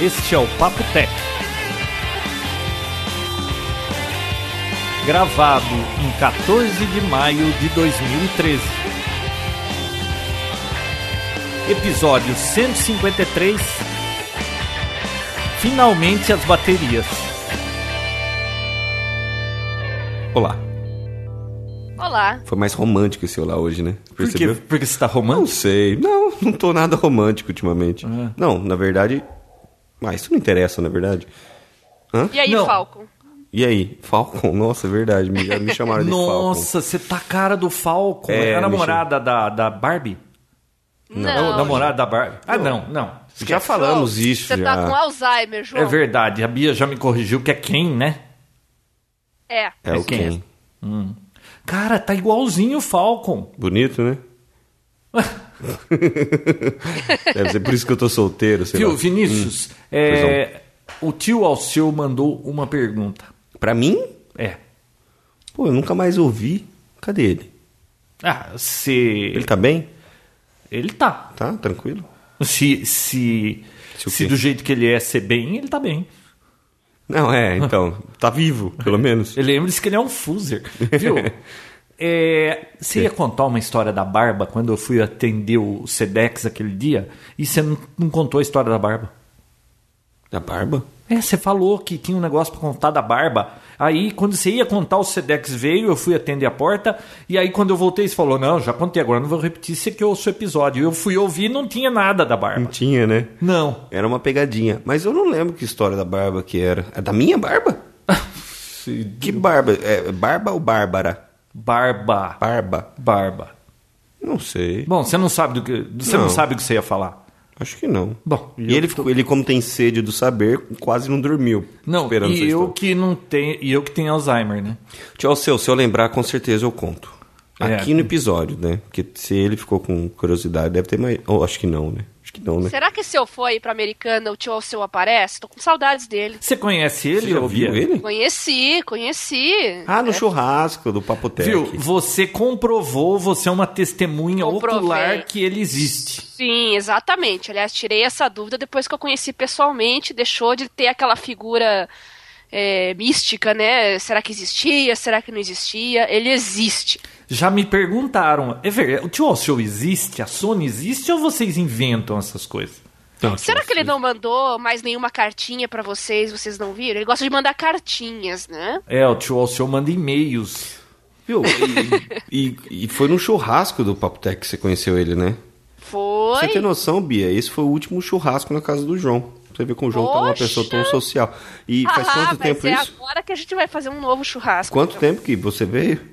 Este é o Papo Tech. Gravado em 14 de maio de 2013. Episódio 153. Finalmente as baterias. Olá. Olá. Foi mais romântico esse olá hoje, né? Por que, Percebeu? por que você tá Não romântico? sei. Não, não tô nada romântico ultimamente. É. Não, na verdade. Ah, isso não interessa, na verdade. E aí, Não. Falcon? E aí, Falcon? Nossa, é verdade. Me, já me chamaram de Falcon. Nossa, você tá a cara do Falcon. É, É, a Michel. namorada da, da Barbie? Não. Namorada da Barbie? Ah, não, não. Já falamos João, isso, Você tá já. com Alzheimer, João? É verdade, a Bia já me corrigiu que é quem, né? É. É o Quem é? Ken. Cara, tá igualzinho o Falcon. Bonito, né? Deve ser por isso que eu tô solteiro, sei Viu, lá. Vinícius, Hum. é, o tio Alceu mandou uma pergunta. Pra mim? É. Pô, eu nunca mais ouvi. Cadê ele? Ah, se. Ele tá bem? Ele tá. Tá? Tranquilo? Se, se, Se o se quê? do jeito que ele é ser bem, ele tá bem. Não, é, então. tá vivo, pelo menos. Ele Lembre-se que ele é um fuser, viu? É, você ia contar uma história da barba quando eu fui atender o Sedex aquele dia e você não, não contou a história da barba. Da barba? É, você falou que tinha um negócio pra contar da barba. Aí, quando você ia contar, o Sedex veio, eu fui atender a porta. E aí, quando eu voltei, você falou: Não, já contei, agora não vou repetir, você que ouço o episódio. Eu fui ouvir e não tinha nada da Não barba. tinha, né? Não. Era uma pegadinha. Mas eu não lembro que história da barba que era. É da minha barba? que barba? É barba ou bárbara? Barba. Barba? Barba. Não sei. Bom, você não sabe do que. Você não, Não. sabe o que você ia falar. Acho que não. Bom, e ele, ficou, ele, como tem sede do saber, quase não dormiu. Não, esperando e essa eu história. que não tenho. E eu que tenho Alzheimer, né? Tchau, seu. Se eu lembrar, com certeza eu conto. É. Aqui no episódio, né? Porque se ele ficou com curiosidade, deve ter mais. Ou acho que não, né? Acho que não, né? Será que se eu for aí pra Americana, o tio Alceu aparece? Tô com saudades dele. Você conhece ele, Você já ô, viu Bia? ele? Conheci, conheci. É, Ah, no churrasco do Papotec. Viu? Você comprovou, você é uma testemunha Comprovei. ocular que ele existe. Sim, exatamente. Aliás, tirei essa dúvida depois que eu conheci pessoalmente. Deixou de ter aquela figura é, mística, né? Será que existia? Será que não existia? Ele existe. Já me perguntaram, é verdade, o tio Alceu existe? A Sony existe ou vocês inventam essas coisas? Não, Será que ele não mandou mais nenhuma cartinha pra vocês? Vocês não viram? Ele gosta de mandar cartinhas, né? É, o tio Alceu manda e-mails. Viu? E, e- e foi no churrasco do Papotec que você conheceu ele, né? Pra Foi. Você tem noção, Bia? Esse foi o último churrasco na casa do João. Você vê como o João tá uma Poxa! pessoa tão social. E faz ah, quanto mas tempo é isso? agora que a gente vai fazer um novo churrasco. Quanto então. tempo que você veio?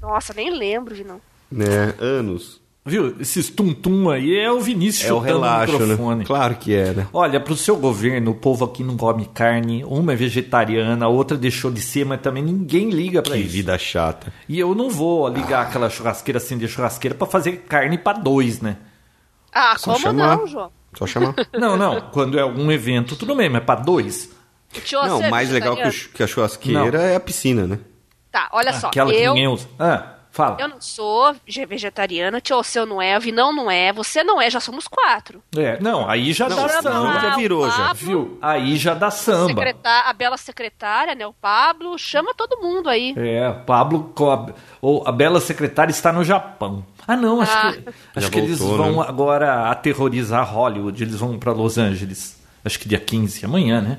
Nossa, nem lembro, Vinão. Né? Anos. Viu? Esses tum-tum aí é o Vinícius é o chutando relaxo, o microfone. né? Claro que é, né? Olha, pro seu governo, o povo aqui não come carne, uma é vegetariana, a outra deixou de ser, mas também ninguém liga pra Que isso. vida Ah. chata. E eu não vou ligar aquela churrasqueira, acender churrasqueira pra fazer carne pra dois, né? Ah, Só como chamar. não, João? Só chamar. Não, não, quando é algum evento, tudo bem, mas pra dois? O tio não, Alceu é o mais legal que, o vegetariano? chu- que a churrasqueira é a piscina, né? Tá, olha só. Aquela que eu, ninguém usa. Ah, fala. eu não sou ge- vegetariana, o tio Alceu não é, o Vinão não é, você não é, já somos quatro. É, não, aí já dá Chama samba. já virou, o já. Pablo, Viu? Aí já dá samba. secretá- a bela secretária, né, o Pablo, chama todo mundo aí. É, Pablo com a, ou a bela secretária está no Japão. Ah, não, acho Ah. que, Já acho que eles voltou, vão né? agora aterrorizar Hollywood. Eles vão para Los Angeles. Acho que dia 15, amanhã, né?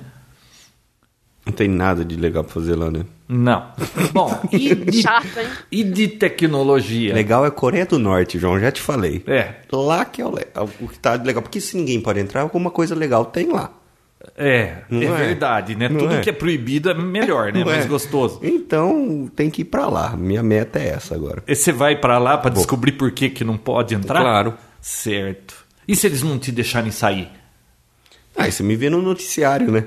Não tem nada de legal pra fazer lá, né? Não. Bom, e de, Chato, hein? e de tecnologia? Legal é Coreia do Norte, João, já te falei. É, Lá que é o, le- o que tá de legal. Porque se ninguém pode entrar, alguma coisa legal tem lá. é, Não é é? verdade, né? Não Tudo é? que é proibido é melhor, né? Não Mais é? gostoso. Então tem que ir pra lá. Minha meta é essa agora. E você vai para lá para descobrir por que, que não pode entrar? Claro. Certo. E se eles não te deixarem sair? Ah, isso me vê no noticiário, né?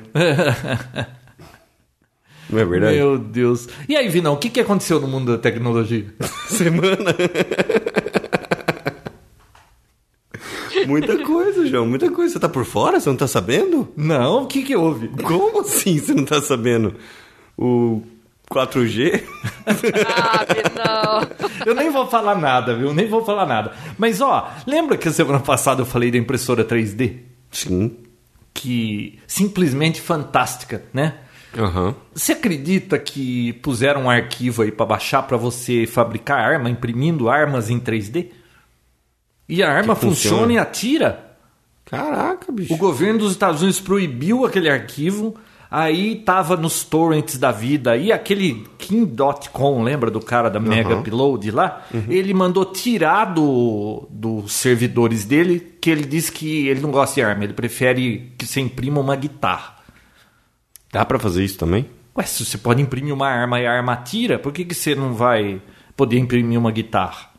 Não é verdade? Meu Deus. E aí, Vinão, o que, que aconteceu no mundo da tecnologia? Semana. muita coisa, João, muita coisa. Você tá por fora? Você não tá sabendo? Não, o que, que houve? Como assim você não tá sabendo? O 4G? É. Ah, Vinão. Eu nem vou falar nada, viu? Nem vou falar nada. Mas, ó, lembra que a semana passada eu falei da impressora 3D? Sim. que simplesmente fantástica, né? Aham. Você acredita que puseram um arquivo aí pra baixar pra você fabricar arma, imprimindo armas em 3D? E a arma funciona. funciona. e atira? Caraca, bicho. O governo dos Estados Unidos proibiu aquele arquivo, aí tava nos torrents da vida, e aquele King.com, lembra do cara da Mega Upload lá? Ele mandou tirar do, dos servidores dele, que ele disse que ele não gosta de arma, ele prefere que você imprima uma guitarra. Dá pra fazer isso também? Ué, se você pode imprimir uma arma e a arma tira, por que, que você não vai poder imprimir uma guitarra?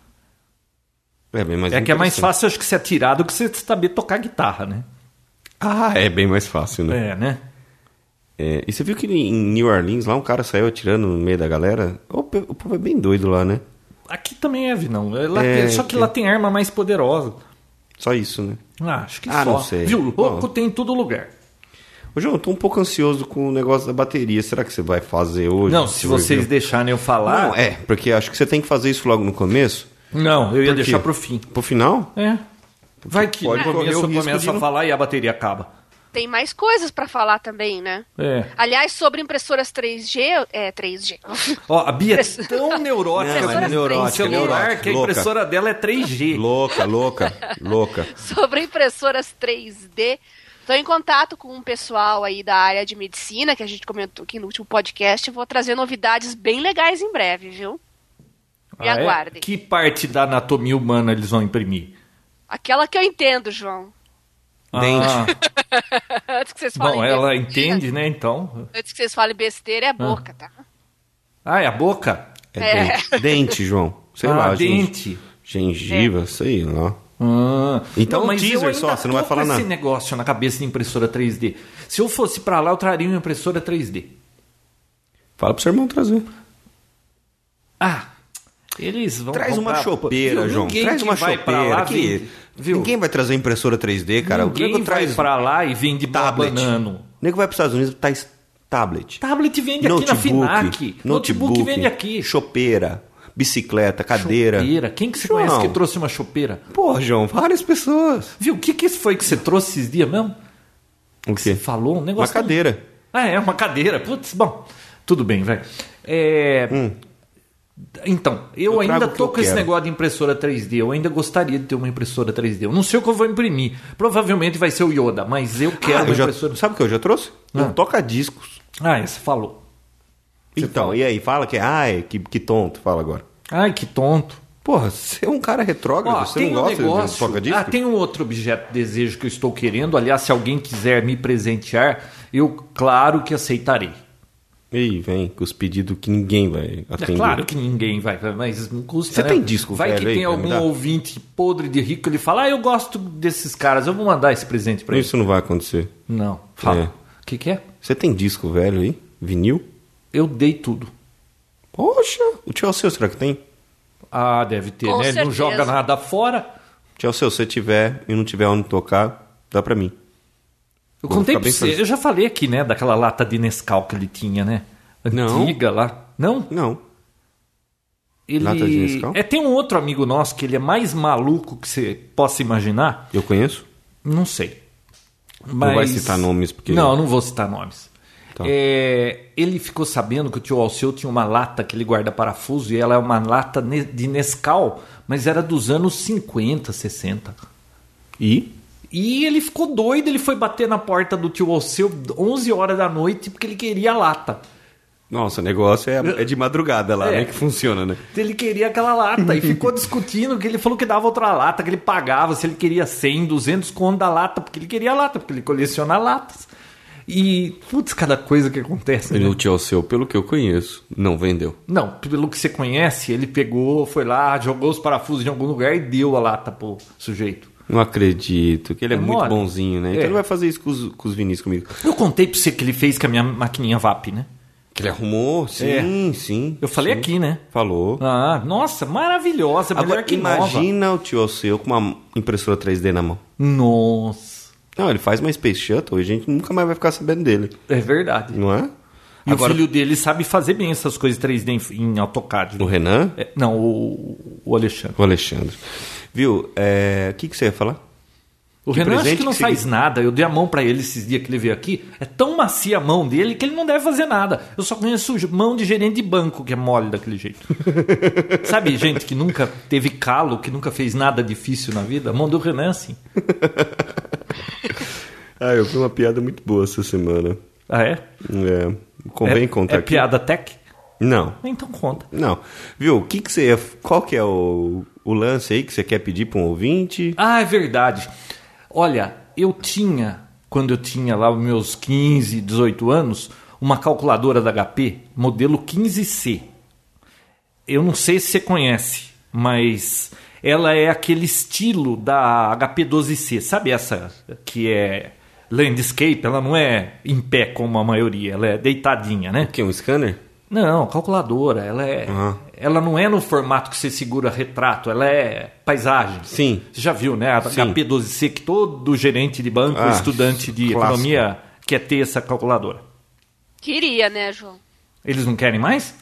É bem mais É que é mais interessante. fácil, acho que, você atirar do que você saber tocar guitarra, né? Ah, é bem mais fácil, né? É, né? É, e você viu que em New Orleans, lá um cara saiu atirando no meio da galera? O, pe- o povo é bem doido lá, né? Aqui também é, Vinão. É, lá É, tem- só que que- lá tem arma mais poderosa. Só isso, né? Ah, acho que Ah, só. não sei. Viu? Louco Bom. tem em todo lugar. Ô, João, eu tô um pouco ansioso com o negócio da bateria. Será que você vai fazer hoje? Não, se Hoje, vocês né? deixarem eu falar. Não, é, porque acho que você tem que fazer isso logo no começo. Não, eu ia Por quê? deixar pro fim. Pro final? É. Vai que pode no correr começo o eu risco começo de a não- falar e a bateria acaba. Tem mais coisas pra falar também, né? É. Aliás, sobre impressoras 3G, é 3G. Ó, a Bia é Impressora- tão neurótica, Não, mas é neurótica, celular que a louca. impressora dela é 3G. Louca, louca, louca. sobre impressoras 3D. Estou em contato com um pessoal aí da área de medicina, que a gente comentou aqui no último podcast. e Vou trazer novidades bem legais em breve, viu? Me Ah, é? aguardem. Que parte da anatomia humana eles vão imprimir? Aquela que eu entendo, João. Dente. Antes que vocês falem Ah, bom, ela besteira, entende, né? Então. Antes que vocês falem besteira, é boca, tá? Ah, é a boca? É, É. Dente. dente, João. Sei ah, lá, gente. dente. Gengiva, sei lá. Ah, Então, não, mas teaser eu ainda só, você não tô vai falar com esse nada. negócio na cabeça de impressora 3D. Se eu fosse pra lá, eu traria uma impressora 3D. Fala pro seu irmão trazer. Ah, eles vão Traz comprar- uma chopeira, Viu, João. ninguém Traz que uma vai pra chopeira. lá que- vende, viu? Ninguém vai trazer impressora 3D, cara. o Ninguém nego vai traz um pra lá e vende tablet. banano. O nego vai pros Estados Unidos e traz tablet. Tablet vende aqui na FINAC. Notebook vende aqui. Chopeira, bicicleta, cadeira. Chopeira. Quem que você João. conhece que trouxe uma chopeira? Pô, João, várias pessoas. Viu, o que, que foi que você trouxe esses dias mesmo? O Você quê? falou um Uma negócio... tão- cadeira. Ah, é, uma cadeira. Putz, bom, tudo bem, velho. É... Então, eu, Hum. Eu trago ainda o que tô eu com esse quero. negócio de impressora 3D. Eu ainda gostaria de ter uma impressora 3D. Eu não sei o que eu vou imprimir. Provavelmente vai ser o Yoda, mas eu quero Ah, uma eu já- impressora. Sabe o que eu já trouxe? Ah. Um toca-discos. Ah, você falou. Então, e aí, fala que. Ai, que, que tonto, fala agora. Ai, que tonto. Porra, você é um cara retrógrado, Ó, você tem não um gosta de negócio. toca-disco? ah, tem um outro objeto de desejo que eu estou querendo. Aliás, se alguém quiser me presentear, eu claro que aceitarei. Ei, vem, com os pedidos que ninguém vai É atender. claro que ninguém vai, mas não custa. Você né? tem disco Vai que velho aí tem pra me algum dar? ouvinte podre de rico ele fala: Ah, eu gosto desses caras, eu vou mandar esse presente pra ele. Isso não vai acontecer. Não, fala. O É. que, que é? Você tem disco velho aí? Vinil? Eu dei tudo. Poxa, o tio Alceu, será que tem? Ah, deve ter, Com né? Ele não certeza. joga nada fora. Tio Alceu, se você tiver e não tiver onde tocar, dá pra mim. Eu Vou contei ficar pra bem você, feliz. eu já falei aqui, né, daquela lata de Nescau que ele tinha, né? Não. Antiga lá. Não? Não. Ele... Lata de Nescau? É, tem um outro amigo nosso que ele é mais maluco que você possa imaginar. Eu conheço? Não sei. Não vai Mas- citar nomes, porque- Não, eu não vou citar nomes. Tá. É, ele ficou sabendo que o tio Alceu tinha uma lata que ele guarda parafuso e ela é uma lata ne- de Nescau, mas era dos anos 50, 60. E? E ele ficou doido, ele foi bater na porta do tio Alceu 11 horas da noite porque ele queria a lata. Nossa, o negócio é, é de madrugada lá, É. né? Que funciona, né? Ele queria aquela lata e ficou discutindo que ele falou que dava outra lata, que ele pagava se ele queria 100, 200 conto da lata, porque ele queria a lata, porque ele coleciona latas. E, putz, cada coisa que acontece. né? O tio Alceu, pelo que eu conheço, não vendeu. Não, pelo que você conhece, ele pegou, foi lá, jogou os parafusos em algum lugar e deu a lata pro sujeito. Não acredito, que ele é, É muito mole. bonzinho, né? É. Então ele vai fazer isso com os, com os vinis comigo. Eu contei pra você que ele fez com a minha maquininha VAP, né? Que ele arrumou, sim, sim. É. Eu falei sim. aqui, né? Falou. Ah, nossa, maravilhosa, melhor Agora, que nova. imagina o tio Alceu com uma impressora 3D na mão. Nossa, Não, ele faz uma Space Shuttle e a gente nunca mais vai ficar sabendo dele, é verdade. não é? E Agora, o filho dele sabe fazer bem essas coisas 3D em, em AutoCAD. o Renan, É, não, o, o Alexandre. eh, o Alexandre. Viu, é, o que, que você ia falar? O Que Renan acho presente que não que faz significa- nada. Eu dei a mão pra ele esses dias que ele veio aqui. É tão macia a mão dele que ele não deve fazer nada. Eu só conheço mão de gerente de banco que é mole daquele jeito. Sabe, gente que nunca teve calo, que nunca fez nada difícil na vida? A mão do Renan é assim. Ah, eu vi uma piada muito boa essa semana. Ah, é? É, convém é, contar É aqui. piada tech? Não, Então conta. não. Viu, o que que você... Qual que é o, o lance aí que você quer pedir pra um ouvinte? Ah, é verdade. Olha, eu tinha, quando eu tinha lá os meus 15, 18 anos, uma calculadora da HP, modelo 15C. Eu não sei se você conhece, mas ela é aquele estilo da HP 12C. Sabe essa que é landscape? Ela não é em pé como a maioria, ela é deitadinha, né? O que, um scanner? Não, calculadora. Ela é. Aham. Ela não é no formato que você segura retrato, ela é paisagem. Sim. Você já viu, né? A Sim. HP12C, que todo gerente de banco, Ah, estudante de clássico. economia, quer ter essa calculadora. Queria, né, João? Eles não querem mais?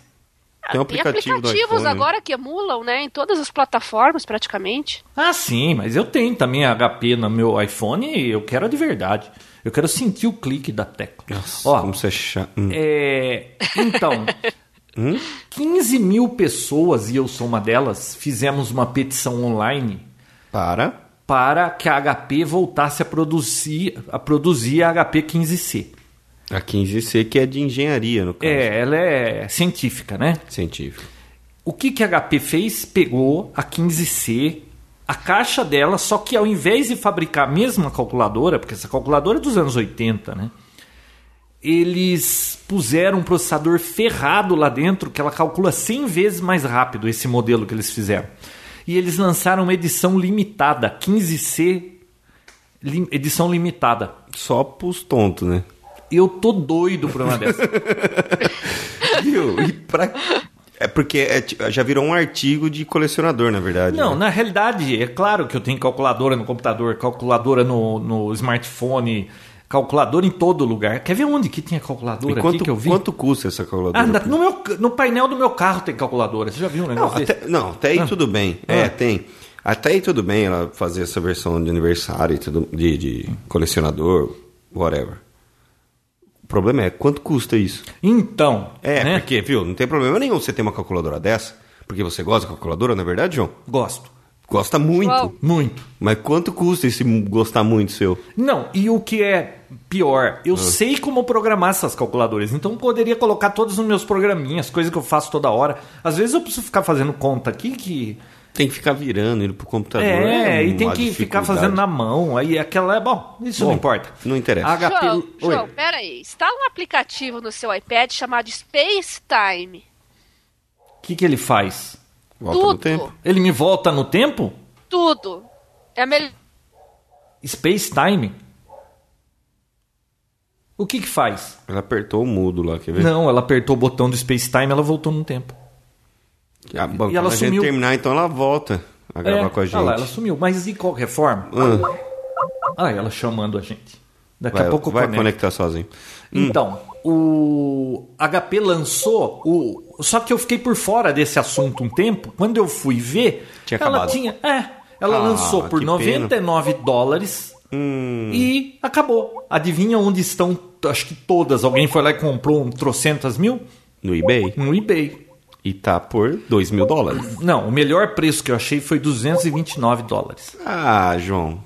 Ah, Tem um aplicativo do aplicativos iPhone, né? agora que emulam, né? Em todas as plataformas, praticamente. Ah, sim, mas eu tenho também a HP no meu iPhone e eu quero a de verdade. Eu quero sentir o clique da tecla. Ó, Como você é Hum? chato. Hum. É, então, 15 mil pessoas, e eu sou uma delas, fizemos uma petição online Para. para que a HP voltasse a produzir a, produzir a HP 15C. A 15C, que é de engenharia, no caso. É, ela é científica, né? Científico. O que, que a HP fez? Pegou a 15C, a caixa dela, só que ao invés de fabricar a mesma calculadora, porque essa calculadora é dos anos 80, né? Eles puseram um processador ferrado lá dentro que ela calcula 100 vezes mais rápido esse modelo que eles fizeram. E eles lançaram uma edição limitada, 15C lim- edição limitada. Só pros tontos, né? Eu tô doido por uma dessa. Viu? E pra... É porque é ti- já virou um artigo de colecionador, na verdade. Não, né? na realidade, é claro que eu tenho calculadora no computador, calculadora no, no smartphone, calculadora em todo lugar. Quer ver onde que tinha calculadora E quanto, aqui que eu vi? quanto custa essa Ah, calculadora? na- no, meu, no painel do meu carro tem calculadora. Você já viu um Não, negócio desse? até, não, até aí tudo bem. É, Ah. tem. Até aí tudo bem ela fazer essa versão de aniversário, e tudo, de, de colecionador, whatever. O problema é quanto custa isso? Então, É, né? porque, viu, não tem problema nenhum você ter uma calculadora dessa, porque você gosta de calculadora, não é verdade, João? Gosto. Gosta muito. Uau. Muito. Mas quanto custa esse gostar muito seu? Não, e o que é pior, Ah. eu sei como programar essas calculadoras. Então eu poderia colocar todos os meus programinhas, coisas que eu faço toda hora. Às vezes eu preciso ficar fazendo conta aqui que Tem que ficar virando ele pro computador. É, uma e tem que ficar dificuldade. fazendo na mão. Aí aquela é. Bom, isso Bom, não importa. não interessa. A HP. João, Oi. João, peraí. Instala um aplicativo no seu iPad chamado Space Time. O que, que ele faz? Volta no tudo. tempo. Ele me volta no tempo? Tudo. É a melhor. Space Time? O que que faz? Ela apertou o mudo lá, quer ver? Não, ela apertou o botão do Space Time ela voltou no tempo. Ah, bom, E ela quando a gente sumiu. terminar, então ela volta a gravar É, com a gente. olha lá, ela sumiu. Mas de qualquer forma. Ah, Ah, ela chamando a gente. Daqui vai, a pouco eu vai conecto. conectar sozinho. Hum. Então, o HP lançou o. Só que eu fiquei por fora desse assunto um tempo. Quando eu fui ver, Tinha ela acabado. tinha. É, ela Ah, lançou por que 99 dólares Hum, e acabou. Adivinha onde estão? Acho que todas. Alguém foi lá e comprou um trocentas mil? No eBay. No eBay. E tá por 2 mil dólares. Não, o melhor preço que eu achei foi 229 dólares. Ah, João.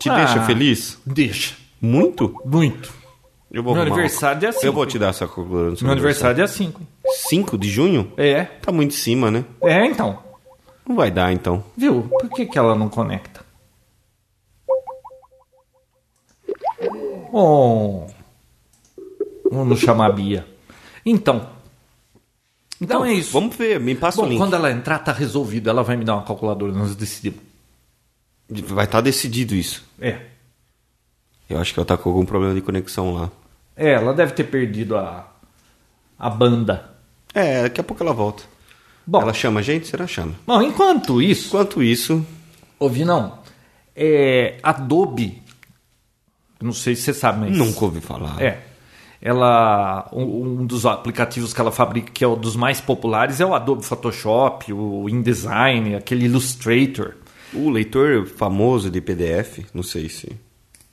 Te Ah. deixa feliz? Deixa. Muito? Muito. Eu vou Meu arrumar uma- aniversário é dia Eu cinco. vou te dar essa calculadora no seu Meu aniversário é dia 5. 5 de junho? É. Tá muito em cima, né? É, então. Não vai dar, então. Viu? Por que, que ela não conecta? Oh. Vamos chamar a Bia. Então. Então é isso. Vamos ver, me passa o Bom, link. quando ela entrar, tá resolvido. Ela vai me dar uma calculadora, nós decidimos. Vai estar decidido isso. É. Eu acho que ela tá com algum problema de conexão lá. É, ela deve ter perdido a, a banda. É, daqui a pouco ela volta. Bom, Ela chama a gente? Será chama? bom enquanto isso, Enquanto isso, ouvi não. É, Adobe, não sei se você sabe, mas nunca ouvi falar. É. Ela. Um um dos aplicativos que ela fabrica, que é um dos mais populares, é o Adobe Photoshop, o InDesign, aquele Illustrator. O leitor famoso de PDF, não sei se.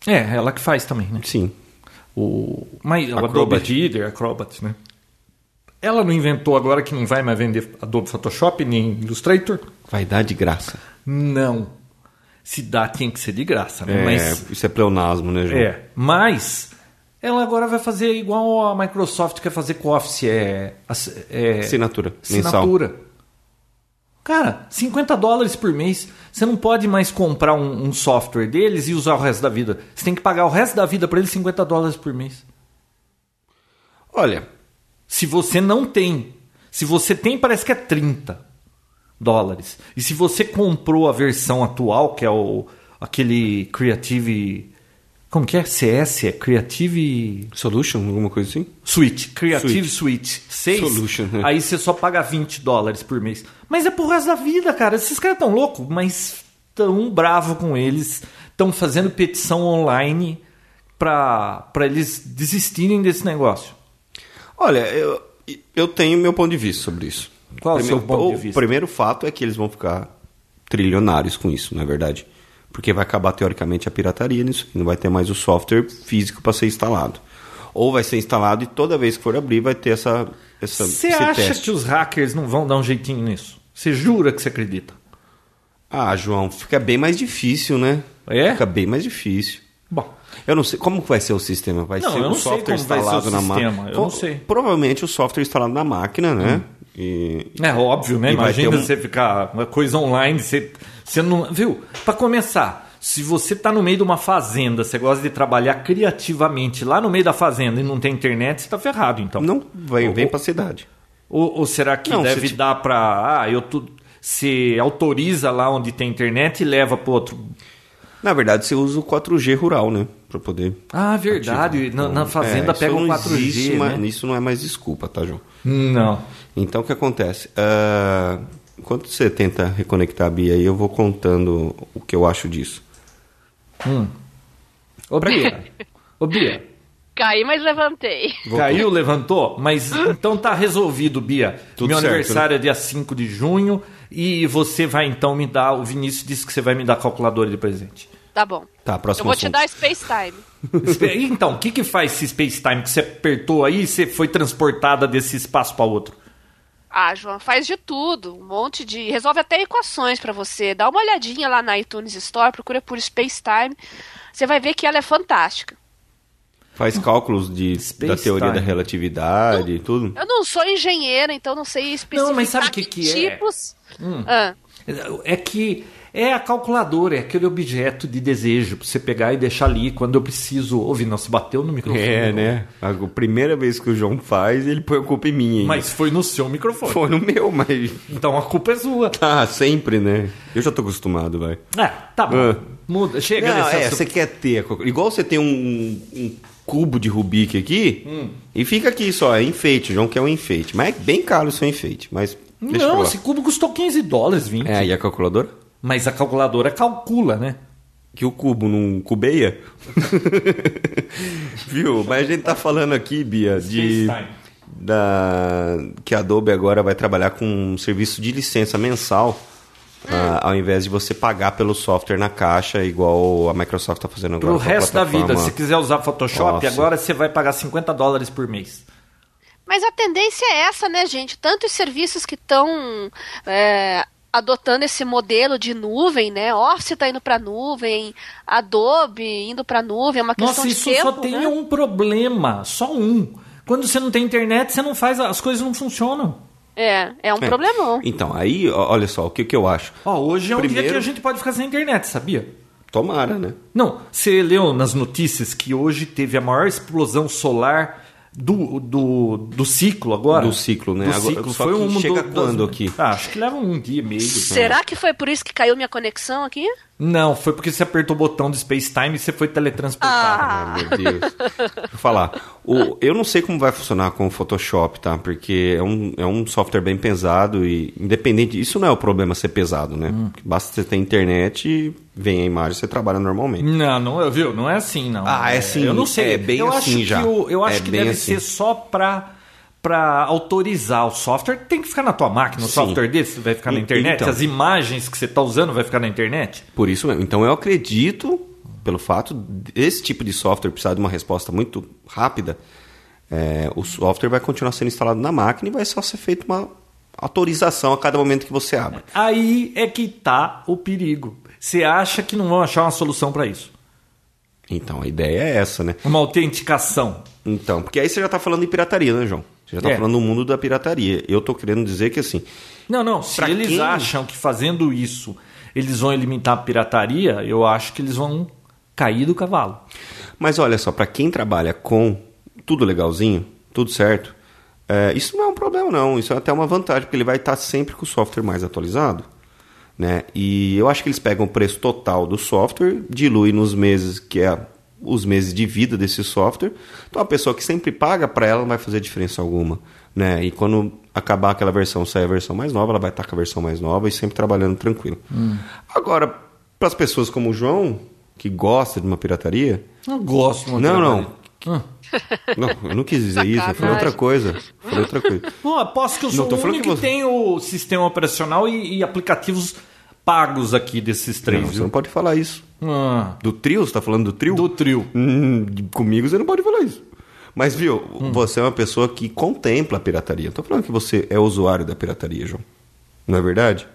É, ela que faz também, né? Sim. O... Mas o Adobe Acrobat. Reader, Acrobat, né? Ela não inventou agora que não vai mais vender Adobe Photoshop nem Illustrator? Vai dar de graça. Não. Se dá, tinha que ser de graça, né? É, Mas, Isso é pleonasmo, né, João? é. Mas ela agora vai fazer igual a Microsoft quer fazer com o Office. É, ass- é Assinatura. Mensal. assinatura. Cara, 50 dólares por mês. Você não pode mais comprar um, um software deles e usar o resto da vida. Você tem que pagar o resto da vida para eles 50 dólares por mês. Olha, Se você não tem. Se você tem, parece que é 30 dólares. E se você comprou a versão atual, que é o aquele Creative. Como que é? CS? É Creative Solution, alguma coisa assim? Suite. Creative Suite, 6. Solution, né? Aí você só paga 20 dólares por mês. Mas é pro resto da vida, cara. Esses caras tão loucos, mas tão bravo com eles. Estão fazendo petição online pra, pra eles desistirem desse negócio. Olha, eu, eu tenho meu ponto de vista sobre isso. Qual é o seu ponto de o vista? primeiro fato é que eles vão ficar trilionários com isso, na verdade. Porque vai acabar, teoricamente, a pirataria nisso. Não vai ter mais o software físico para ser instalado. Ou vai ser instalado e toda vez que for abrir vai ter essa, essa Você Então, esse acha teste. que os hackers não vão dar um jeitinho nisso? Você jura que você acredita? Ah, João, fica bem mais difícil, né? É? Fica bem mais difícil. Bom, Eu não sei como que vai ser o sistema. Vai Não, ser eu o não sei software como vai ser o instalado na sistema, máquina. eu não sei. Hum. Provavelmente o software instalado na máquina, né? E, é óbvio, né? E vai Imagina ter um- você ficar uma coisa online, você, você não. Viu? Pra começar, se você tá no meio de uma fazenda, você gosta de trabalhar criativamente lá no meio da fazenda e não tem internet, você tá ferrado, então. Não, vem, Ou- vem pra cidade. Ou, ou será que Não, se deve ti- dar pra. Ah, eu tu, se autoriza lá onde tem internet e leva pro outro. Na verdade, você usa o 4G rural, né? Pra poder. Ah, verdade. Na, na fazenda É, isso pega o não 4G. existe, mas né? Isso não é mais desculpa, tá, João? Não. Então, o que acontece? Ah, enquanto você tenta reconectar a Bia aí, eu vou contando o que eu acho disso. Ô, Bia. Ô, Bia. Caí, mas levantei. Voltou. Caiu, levantou, mas então tá resolvido, Bia. Tudo Meu certo, né? aniversário é dia 5 de junho e você vai então me dar. O Vinícius disse que você vai me dar calculadora de presente. Tá bom. Tá, Eu próximo vou te assunto. dar Space Time. então, o que, que faz esse Space Time que você apertou aí e você foi transportada desse espaço para outro? Ah, João, faz de tudo, um monte de. Resolve até equações pra você. Dá uma olhadinha lá na iTunes Store, procura por Space Time. Você vai ver que ela é fantástica. Faz cálculos de, Space da teoria time. da relatividade e tudo. Eu não sou engenheira, então não sei especificar Não, mas sabe o que que é? tipos. Ah, É que é a calculadora, é aquele objeto de desejo pra você pegar e deixar ali quando eu preciso. Ouvi, não, se bateu no microfone. É, né? A primeira vez que o João faz, ele põe a culpa em mim. hein? Mas foi no seu microfone. foi no meu, mas. Então a culpa é sua. Tá, sempre, né? Eu já tô acostumado, vai. É, tá bom. Ah. Muda, chega Não, nesse é, assunto. você quer ter. a coca- Igual você tem um, um cubo de Rubik aqui, Hum. e fica aqui só, é enfeite, o João quer um enfeite. Mas é bem caro o seu enfeite, mas deixa pra Não, lá. esse cubo custou 15 dólares, 20. É, e a calculadora? Mas a calculadora calcula, né? Que o cubo não cubeia? Viu? Mas a gente tá falando aqui, Bia, de... Space time. Da, que a Adobe agora vai trabalhar com um serviço de licença mensal, ah, ao invés de você pagar pelo software na caixa, igual a Microsoft tá fazendo agora. Pro com a resto da vida, plataforma. se quiser usar Photoshop, Nossa. agora você vai pagar 50 dólares por mês. Mas a tendência é essa, né, gente? Tantos serviços que estão é, adotando esse modelo de nuvem, né? Office está indo para nuvem, Adobe indo para nuvem, é uma questão Nossa, de isso tempo, só tem né? um problema, só um. Quando você não tem internet, você não faz, as coisas não funcionam. É, é um É. problemão. Então, aí, ó, olha só, o que, que eu acho? Ó, hoje é um dia que Primeiro- a gente pode ficar sem internet, sabia? Tomara, né? Não, você leu nas notícias que hoje teve a maior explosão solar do, do, do ciclo agora? Do ciclo, né? Do Agora- ciclo. só Foi que um chega do- quando das- aqui? Ah, acho que leva um dia e meio. Será que foi por isso que caiu minha conexão aqui? Não, foi porque você apertou o botão do Space Time e você foi teletransportado. Ah, meu Deus. Vou falar. O, eu não sei como vai funcionar com o Photoshop, tá? Porque é um, é um software bem pesado e independente. Isso não é o problema ser pesado, né? Porque Basta você ter internet e vem a imagem, você trabalha normalmente. Não, não, viu? Não é assim, não. Ah, é assim, Eu não sei. é bem eu assim acho já. Que o- eu acho É que bem deve assim. ser só pra para autorizar o software, tem que ficar na tua máquina. O Sim. software desse vai ficar na E- internet, então. as imagens que você está usando vai ficar na internet. Por isso mesmo. Então eu acredito, pelo fato desse tipo de software precisar de uma resposta muito rápida, é, o software vai continuar sendo instalado na máquina e vai só ser feito uma autorização a cada momento que você abre. Aí é que tá o perigo. Você acha que não vão achar uma solução para isso? Então a ideia é essa, né? Uma autenticação. Então, porque aí você já está falando de pirataria, né, João? Você já está É. falando do mundo da pirataria. Eu estou querendo dizer que assim, Não, não. Se Pra eles quem? acham que fazendo isso eles vão eliminar a pirataria, eu acho que eles vão cair do cavalo. Mas olha só, para quem trabalha com tudo legalzinho, tudo certo, é, isso não é um problema não, isso é até uma vantagem, porque ele vai estar sempre com o software mais atualizado. Né? E eu acho que eles pegam o preço total do software, diluem nos meses que é os meses de vida desse software. Então a pessoa que sempre paga para ela não vai fazer diferença alguma. Né? E quando acabar aquela versão, sair a versão mais nova, ela vai estar com a versão mais nova e sempre trabalhando tranquilo. Agora, para as pessoas como o João, que gosta de uma pirataria, Não gosto. de uma não, pirataria. não. Não, eu não quis dizer isso, eu falei Sacanagem. outra coisa. Falei outra coisa. Não, aposto que eu Não, sou tô o falando único que, que você- tem o sistema operacional e, e aplicativos pagos aqui desses três, Não, você viu? não pode falar isso. Ah, Do trio, você tá falando do trio? do trio. Hum, comigo você não pode falar isso. Mas, viu, Hum. você é uma pessoa que contempla a pirataria. Não tô falando que você é usuário da pirataria, João. Não é verdade?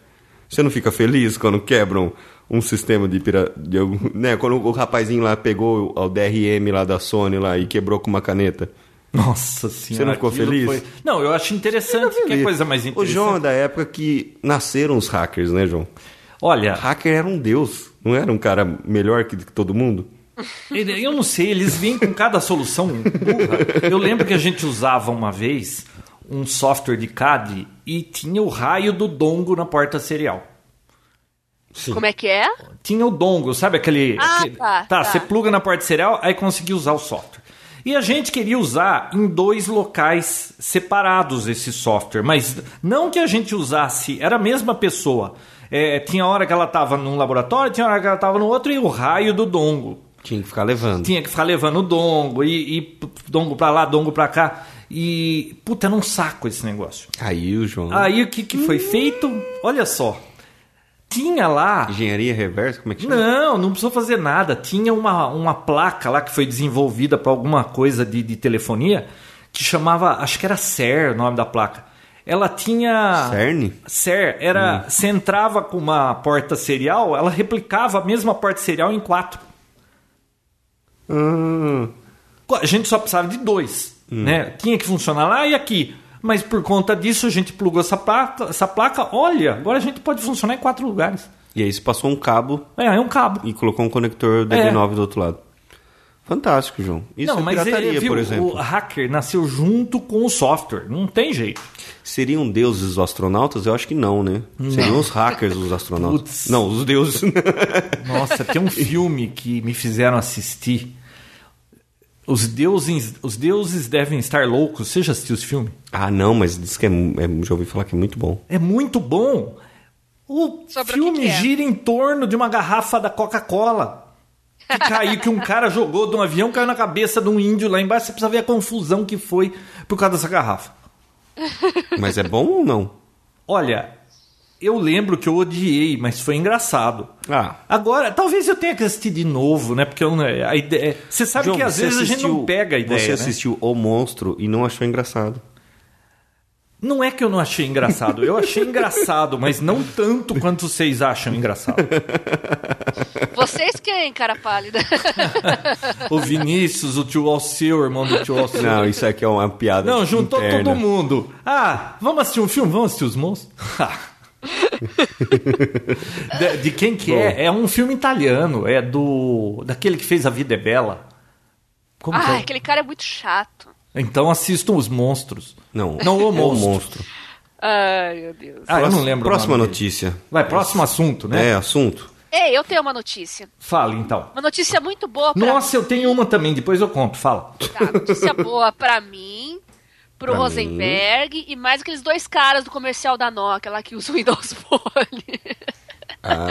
Você não fica feliz quando quebram um sistema de pirataria. Né? Quando o rapazinho lá pegou o DRM lá da Sony lá e quebrou com uma caneta. Nossa senhora. não ficou aquilo feliz? Não, eu acho interessante. Que Feliz. coisa mais O interessante. João é da época que nasceram os hackers, né, João? Olha, Hacker era um deus, não era um cara melhor que, que todo mundo? Ele- Eu não sei, eles vêm com cada solução burra. Eu lembro que a gente usava uma vez um software de CAD e tinha o raio do dongo na porta serial. Como é que é? Tinha o dongo, sabe aquele. Ah, aquele- tá, tá. você pluga na porta serial, aí conseguia usar o software. E a gente queria usar em dois locais separados esse software, mas não que a gente usasse, era a mesma pessoa. É, tinha hora que ela estava num laboratório, tinha hora que ela estava no outro, e o raio do dongo. Tinha que ficar levando. Tinha que ficar levando o dongo e, e p- dongo pra lá, dongo pra cá. E, puta, era um saco esse negócio. Caiu, João. Aí o que, que foi feito? Olha só. Tinha lá. Engenharia reversa, como é que chama? Não, não precisou fazer nada. Tinha uma, uma placa lá que foi desenvolvida pra alguma coisa de, de telefonia que chamava. Acho que era SER o nome da placa. Ela tinha. CERN? SER era. Hum. Você entrava com uma porta serial, ela replicava a mesma porta serial em quatro. Hum. A gente só precisava de dois, né? Tinha que funcionar lá e aqui. Mas por conta disso a gente plugou essa placa, essa placa. Olha, agora a gente pode funcionar em quatro lugares. E aí você passou um cabo É, é um cabo. e colocou um conector DB9 do outro lado. Fantástico, João. Isso é pirataria, ele, viu, por exemplo. o hacker nasceu junto com o software. Não tem jeito. Seriam deuses os astronautas? Eu acho que não, né? Seriam os hackers os astronautas. Putz. Não, os deuses. né? Nossa, tem um filme que me fizeram assistir. Os deuses, os deuses devem estar loucos. Você já assistiu esse filme? ah, não, mas diz que é, é- já ouvi falar que é muito bom. É muito bom. O Sobre o filme que que é? gira em torno de uma garrafa da Coca-Cola. Que caiu, que um cara jogou de um avião, caiu na cabeça de um índio lá embaixo. Você precisa ver a confusão que foi por causa dessa garrafa. Mas é bom ou não? Olha, eu lembro que eu odiei, mas foi engraçado. Ah, Agora, talvez eu tenha que assistir de novo, né? Porque eu, não- a ideia, você sabe João, que às você vezes a gente assistiu- não pega a ideia. Você né? assistiu O Monstro e não achou engraçado. Não é que eu não achei engraçado. Eu achei engraçado, mas não tanto quanto vocês acham engraçado. Vocês quem, cara pálida? O Vinícius, o tio Alceu, o irmão do tio Alceu. Não, isso aqui é uma piada. Não, juntou interna. todo mundo. Ah, vamos assistir um filme? Vamos assistir Os Monstros? de, de quem que é? É um filme italiano. É do... Daquele que fez A Vida é Bela. Como que Ai, é? aquele cara é muito chato. Então assistam Os Monstros. Não, Não, O é Monstro. Ai, meu Deus. Ah, eu não lembro o Próxima nome dele. notícia. Vai, próximo assunto, né? É, assunto. Ei, eu tenho uma notícia. Fala, então. Uma notícia muito boa pra Nossa, eu tenho uma também. Depois eu conto. Fala. Tá, notícia boa pra mim, pro Pra Rosenberg e mais aqueles dois caras do comercial da Nokia lá que usam o Windows Phone. Ah,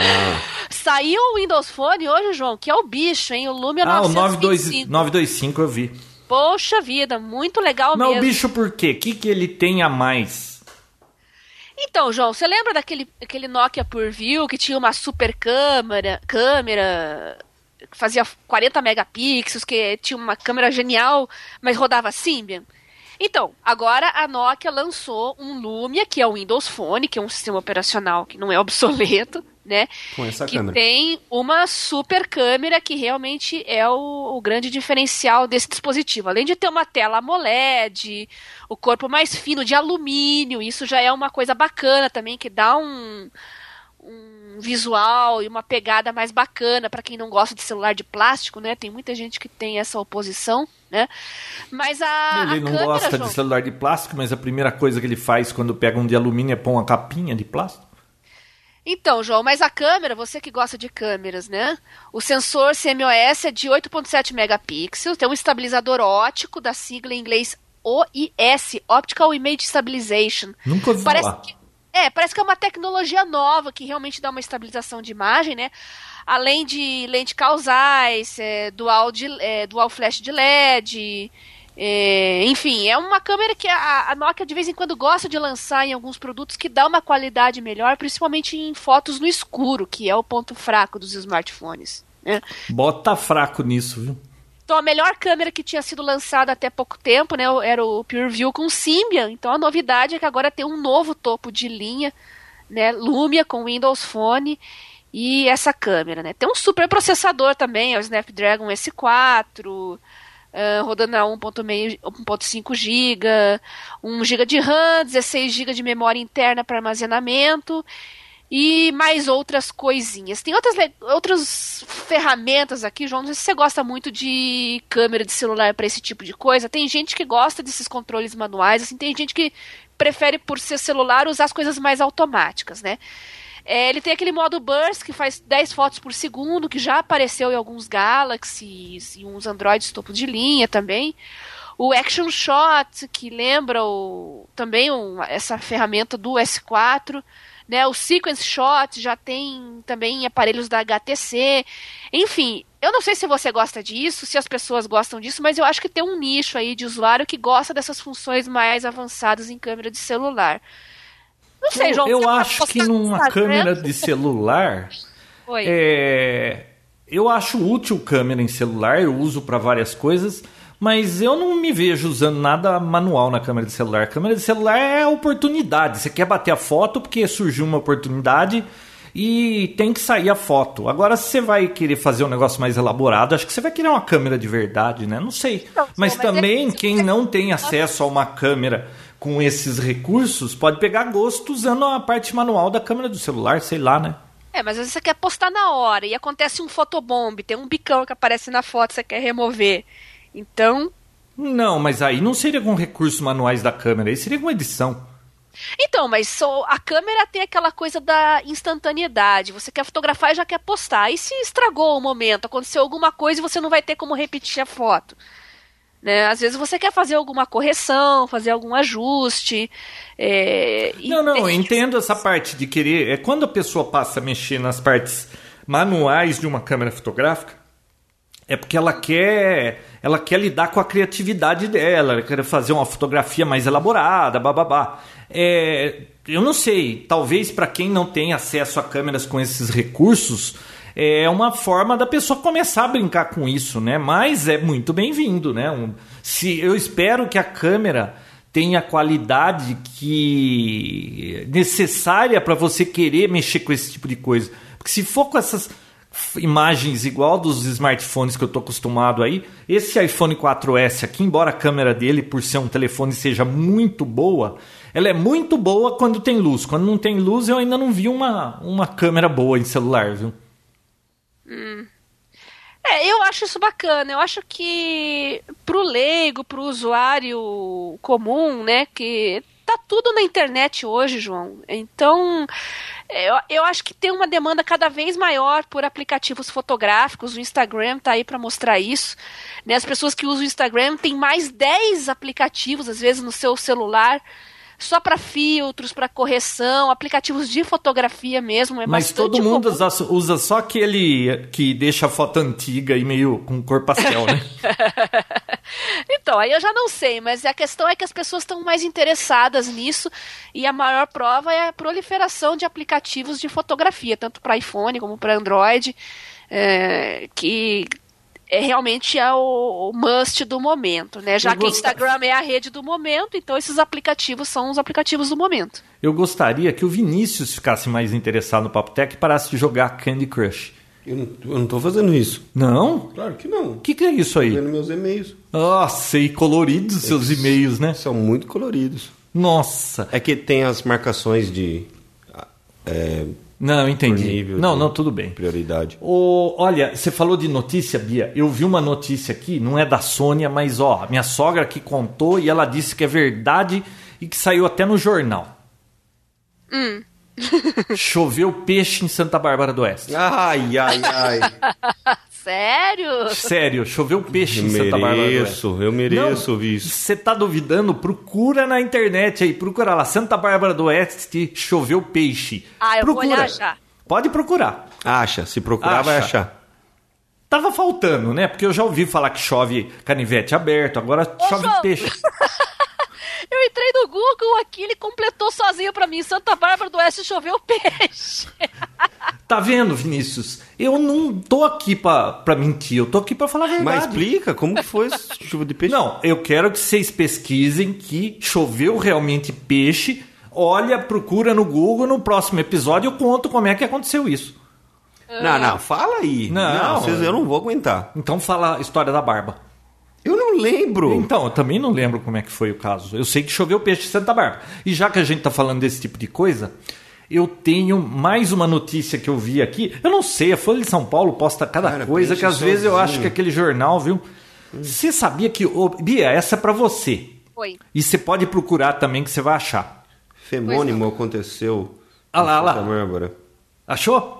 Saiu o Windows Phone hoje, João, que é o bicho, hein? O Lumia Ah, o 925. 925 eu vi. Poxa vida, muito legal Não, mesmo. o bicho por quê? O que, que ele tem a mais? Então, João, você lembra daquele aquele Nokia por view que tinha uma super câmera, câmera que fazia 40 megapixels, que tinha uma câmera genial, mas rodava Symbian? Então, agora a Nokia lançou um Lumia, que é o Windows Phone, que é um sistema operacional que não é obsoleto, né? Com essa que câmera. tem uma super câmera que realmente é o, o grande diferencial desse dispositivo. Além de ter uma tela AMOLED, o corpo mais fino de alumínio, isso já é uma coisa bacana também, que dá um, um visual e uma pegada mais bacana para quem não gosta de celular de plástico, né? Tem muita gente que tem essa oposição, né? Mas Ah, a, ele a não câmera, gosta João, de celular de plástico, mas a primeira coisa que ele faz quando pega um de alumínio é pôr uma capinha de plástico. Então, João, mas a câmera, você que gosta de câmeras, né? O sensor CMOS é de 8.7 megapixels, tem um estabilizador ótico da sigla em inglês OIS, Optical Image Stabilization. Nunca ouvi Parece falar. que, é, parece que é uma tecnologia nova que realmente dá uma estabilização de imagem, né? Além de lente causais, é, dual, de, é, dual flash de LED, é, enfim, é uma câmera que a, a Nokia de vez em quando gosta de lançar em alguns produtos que dá uma qualidade melhor, principalmente em fotos no escuro, que é o ponto fraco dos smartphones. né? Bota fraco nisso, viu? Então a melhor câmera que tinha sido lançada até pouco tempo, né, era o PureView com Symbian. Então a novidade é que agora tem um novo topo de linha, né, Lumia com Windows Phone e essa câmera, né. Tem um super processador também, é o Snapdragon S4, ah, rodando a 1.5 1.5 GB, 1 GB um de RAM, 16 GB de memória interna para armazenamento e mais outras coisinhas. Tem outras, le- outras ferramentas aqui, João. Não sei se você gosta muito de câmera de celular para esse tipo de coisa. Tem gente que gosta desses controles manuais, assim, tem gente que prefere, por ser celular, usar as coisas mais automáticas, né? É, ele tem aquele modo burst que faz 10 fotos por segundo, que já apareceu em alguns Galaxies e uns Androids topo de linha também. O Action Shot, que lembra o, também um- essa ferramenta do S4. Né, o Sequence Shot já tem também em aparelhos da HTC. Enfim, eu não sei se você gosta disso, se as pessoas gostam disso, mas eu acho que tem um nicho aí de usuário que gosta dessas funções mais avançadas em câmera de celular. Não sei, João. eu você pode acho que postar no numa Instagram? câmera de celular. Oi. É, eu acho útil câmera em celular, eu uso para várias coisas, mas eu não me vejo usando nada manual na câmera de celular. Câmera de celular é oportunidade. Você quer bater a foto porque surgiu uma oportunidade e tem que sair a foto. Agora, se você vai querer fazer um negócio mais elaborado, acho que você vai querer uma câmera de verdade, né? Não sei. Não, sim, mas mas é também, difícil. quem não tem acesso a uma câmera com esses recursos pode pegar gosto usando a parte manual da câmera do celular, sei lá, né? É, mas às vezes você quer postar na hora e acontece um fotobomb, tem um bicão que aparece na foto, você quer remover. Então, Não, mas aí não seria com recursos manuais da câmera, aí seria com edição. Então, mas só- a câmera tem aquela coisa da instantaneidade. Você quer fotografar e já quer postar. E se estragou o momento, aconteceu alguma coisa e você não vai ter como repetir a foto. Né? Às vezes você quer fazer alguma correção, fazer algum ajuste. é, e não, não, eu tem- entendo essa parte de querer. É quando a pessoa passa a mexer nas partes manuais de uma câmera fotográfica, é porque ela quer, ela quer lidar com a criatividade dela, ela quer fazer uma fotografia mais elaborada, bababá. É, eu não sei, talvez para quem não tem acesso a câmeras com esses recursos, é uma forma da pessoa começar a brincar com isso, né? Mas é muito bem-vindo, né? Um- se eu espero que a câmera tenha a qualidade que necessária para você querer mexer com esse tipo de coisa, porque se for com essas f- imagens igual dos smartphones que eu tô acostumado aí. Esse iPhone 4S aqui, embora a câmera dele, por ser um telefone, seja muito boa, ela é muito boa quando tem luz. Quando não tem luz, eu ainda não vi uma, uma câmera boa em celular, viu? É, eu acho isso bacana. Eu acho que pro leigo, pro usuário comum, né, que tá tudo na internet hoje, João. Então, eu, eu acho que tem uma demanda cada vez maior por aplicativos fotográficos. O Instagram tá aí para mostrar isso. Né? As pessoas que usam o Instagram têm mais 10 aplicativos, às vezes, no seu celular. Só para filtros, para correção, aplicativos de fotografia mesmo. É Mas bastante todo mundo comum. usa, usa só aquele que deixa a foto antiga e meio com cor pastel, né? Então, aí eu já não sei, mas a questão é que as pessoas estão mais interessadas nisso e a maior prova é a proliferação de aplicativos de fotografia, tanto para iPhone como para Android, é, que é realmente é o, o must do momento, né? Já Eu que o gostava- Instagram é a rede do momento, então esses aplicativos são os aplicativos do momento. Eu gostaria que o Vinícius ficasse mais interessado no Papo Tech e parasse de jogar Candy Crush. Eu não, eu não tô fazendo isso. Não? Claro que não. O que, que é isso Tô aí? vendo meus e-mails. Nossa, e coloridos os seus e-mails, né? São muito coloridos. Nossa. É que tem as marcações de é, Não, por entendi. nível. Não, de não, tudo bem. Prioridade. Ô, olha, você falou de notícia, Bia. Eu vi uma notícia aqui, não é da Sônia, mas ó, a minha sogra que contou e ela disse que é verdade e que saiu até no jornal. Choveu peixe em Santa Bárbara do Oeste. Ai, ai, ai. Sério? Sério, choveu peixe eu em Santa Bárbara do Oeste. mereço, eu mereço ouvir isso. Você tá duvidando? Procura na internet aí, procura lá. Santa Bárbara do Oeste choveu peixe. Ah, eu vou procura. olhar já. Pode procurar. Acha, se procurar vai Acha. achar. Tava faltando, né? Porque eu já ouvi falar que chove canivete aberto, agora chove João. peixe. Eu entrei no Google aqui, ele completou sozinho pra mim. Santa Bárbara do Oeste choveu peixe. Tá vendo, Vinícius? Eu não tô aqui pra, pra mentir, eu tô aqui pra falar a Mas verdade. explica, como que foi esse chuva de peixe? Não, eu quero que vocês pesquisem que choveu realmente peixe. Olha, procura no Google, no próximo episódio eu conto como é que aconteceu isso. Não, não, fala aí. Não. vocês- eu não vou aguentar. Então fala a história da barba. Eu não lembro. Então, eu também não lembro como é que foi o caso. Eu sei que choveu peixe em Santa Bárbara. E já que a gente tá falando desse tipo de coisa, eu tenho mais uma notícia que eu vi aqui. Eu não sei, a Folha de São Paulo posta cada Cara, coisa que peixe às vezes eu sozinho. acho que aquele jornal, viu? Você sabia que. ô, Bia, essa é pra você. Oi. E você pode procurar também que você vai achar. Femônimo aconteceu. Ah lá, em ah lá. Santa Bárbara. Achou?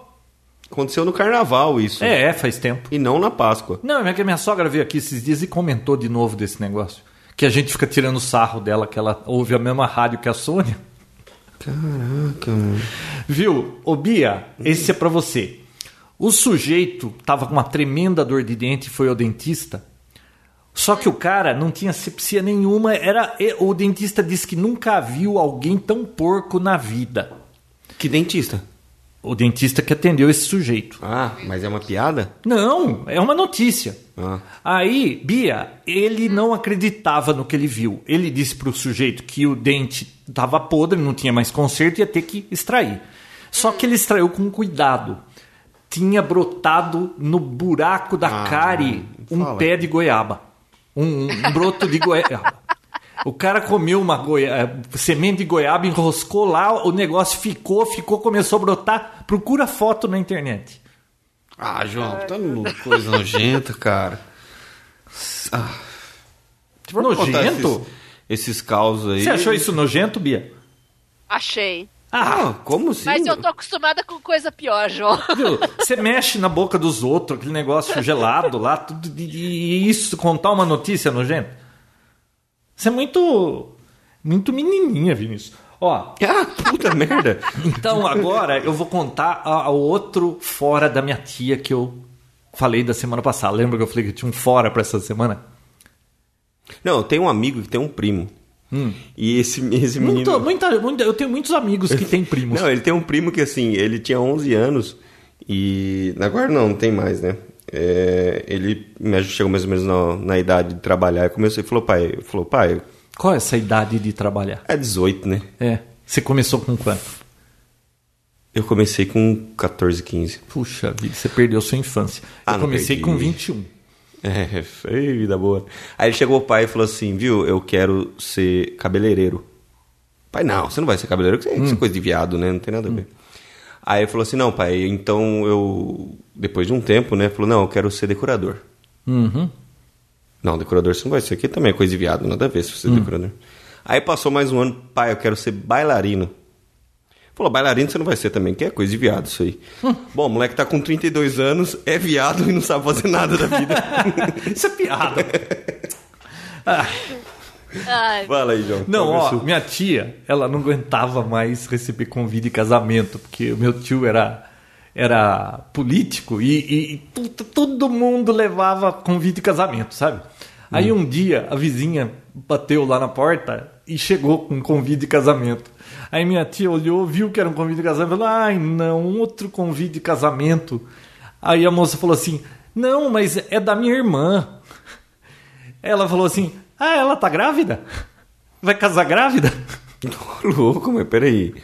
Aconteceu no carnaval isso. É, é, faz tempo. E não na Páscoa. Não, é que a minha sogra veio aqui esses dias e comentou de novo desse negócio. Que a gente fica tirando sarro dela, que ela ouve a mesma rádio que a Sônia. Caraca, mano. Viu? Ô Bia, esse é pra você. O sujeito tava com uma tremenda dor de dente e foi ao dentista. Só que o cara não tinha sepsia nenhuma, era e- o dentista disse que nunca viu alguém tão porco na vida. Que dentista. O dentista que atendeu esse sujeito. Ah, mas é uma piada? Não, é uma notícia. Ah. Aí, Bia, ele não acreditava no que ele viu. Ele disse pro sujeito que o dente estava podre, não tinha mais conserto, ia ter que extrair. Só que ele extraiu com cuidado. Tinha brotado no buraco da Ah, cárie um fala. pé de goiaba. Um, um broto de goiaba. O cara comeu uma goi- eh, semente de goiaba, enroscou lá, o negócio ficou, ficou, começou a brotar. Procura foto na internet. Ah, João, tá no coisa nojenta, cara. Ah, vamos contar Nojento? Esses, esses causos aí. Você achou isso nojento, Bia? Achei. Ah, como assim? Mas eu tô acostumada com coisa pior, João. Viu? Você mexe na boca dos outros, aquele negócio gelado lá, tudo. de- de- E isso, contar uma notícia nojenta. Você é muito. Muito menininha, Vinícius. Ó, Ah, puta merda. então agora eu vou contar a, a outro fora da minha tia que eu falei da semana passada. Lembra que eu falei que eu tinha um fora pra essa semana? Não, eu tenho um amigo que tem um primo. Hum. E esse, esse menino. Muito, muita, muita- eu tenho muitos amigos que têm primos. Não, ele tem um primo que assim, ele tinha 11 anos e agora não, não tem mais, né? É, ele me chegou mais ou menos na, na idade de trabalhar e começou e falou, pai, falou, pai, Qual é essa idade de trabalhar? é 18, né? É. Você começou com quanto? Eu comecei com 14, 15. Puxa vida, você perdeu sua infância. Ah, eu não comecei perdi. com 21. É, foi vida boa. Aí ele chegou o pai e falou assim, viu, eu quero ser cabeleireiro. Pai, não, você não vai ser cabeleireiro, que isso é- isso é coisa de viado, né? Não tem nada a ver. Aí ele falou assim, não, pai, então eu, depois de um tempo, né, falou, não, eu quero ser decorador. Uhum. Não, decorador você não vai ser. Aqui também é coisa de viado, nada a ver se você Hum. é decorador. Aí passou mais um ano, pai, eu quero ser bailarino. Falou, bailarino você não vai ser também, que é coisa de viado isso aí. Bom, o moleque tá com 32 anos, é viado e não sabe fazer nada da vida. Isso é piada. Ai, Fala aí, João. Não, Qual é o ó, seu- minha tia, ela não aguentava mais receber convite de casamento, porque o meu tio era era político e, e- e tu- tu- todo mundo levava convite de casamento, sabe? Aí um dia a vizinha bateu lá na porta e chegou com um convite de casamento. Aí minha tia olhou, viu que era um convite de casamento, falou: ai, não, outro convite de casamento. Aí a moça falou assim: não, mas é da minha irmã. Ela falou assim: ah, ela tá grávida? Vai casar grávida? Louco, mas peraí.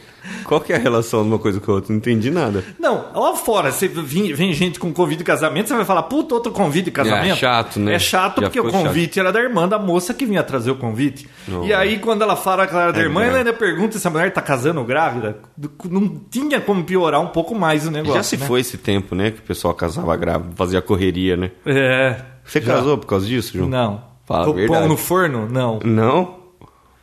Qual que é a relação de uma coisa com a outra? Não entendi nada. Não, lá fora, você vem, vem gente com convite de casamento, você vai falar, puta, outro convite de casamento. É chato, né? É chato Já porque o ficou convite era da irmã da moça que vinha trazer o convite. Não. E aí, quando ela fala que ela era da É, irmã, né? ela ainda pergunta se a mulher tá casando grávida. Não tinha como piorar um pouco mais o negócio. Já se né? foi esse tempo, né? Que o pessoal casava grávido, fazia correria, né? É. Você Já. casou por causa disso, João? Não. Fala a Pô- Pão verdade. no forno? Não. Não?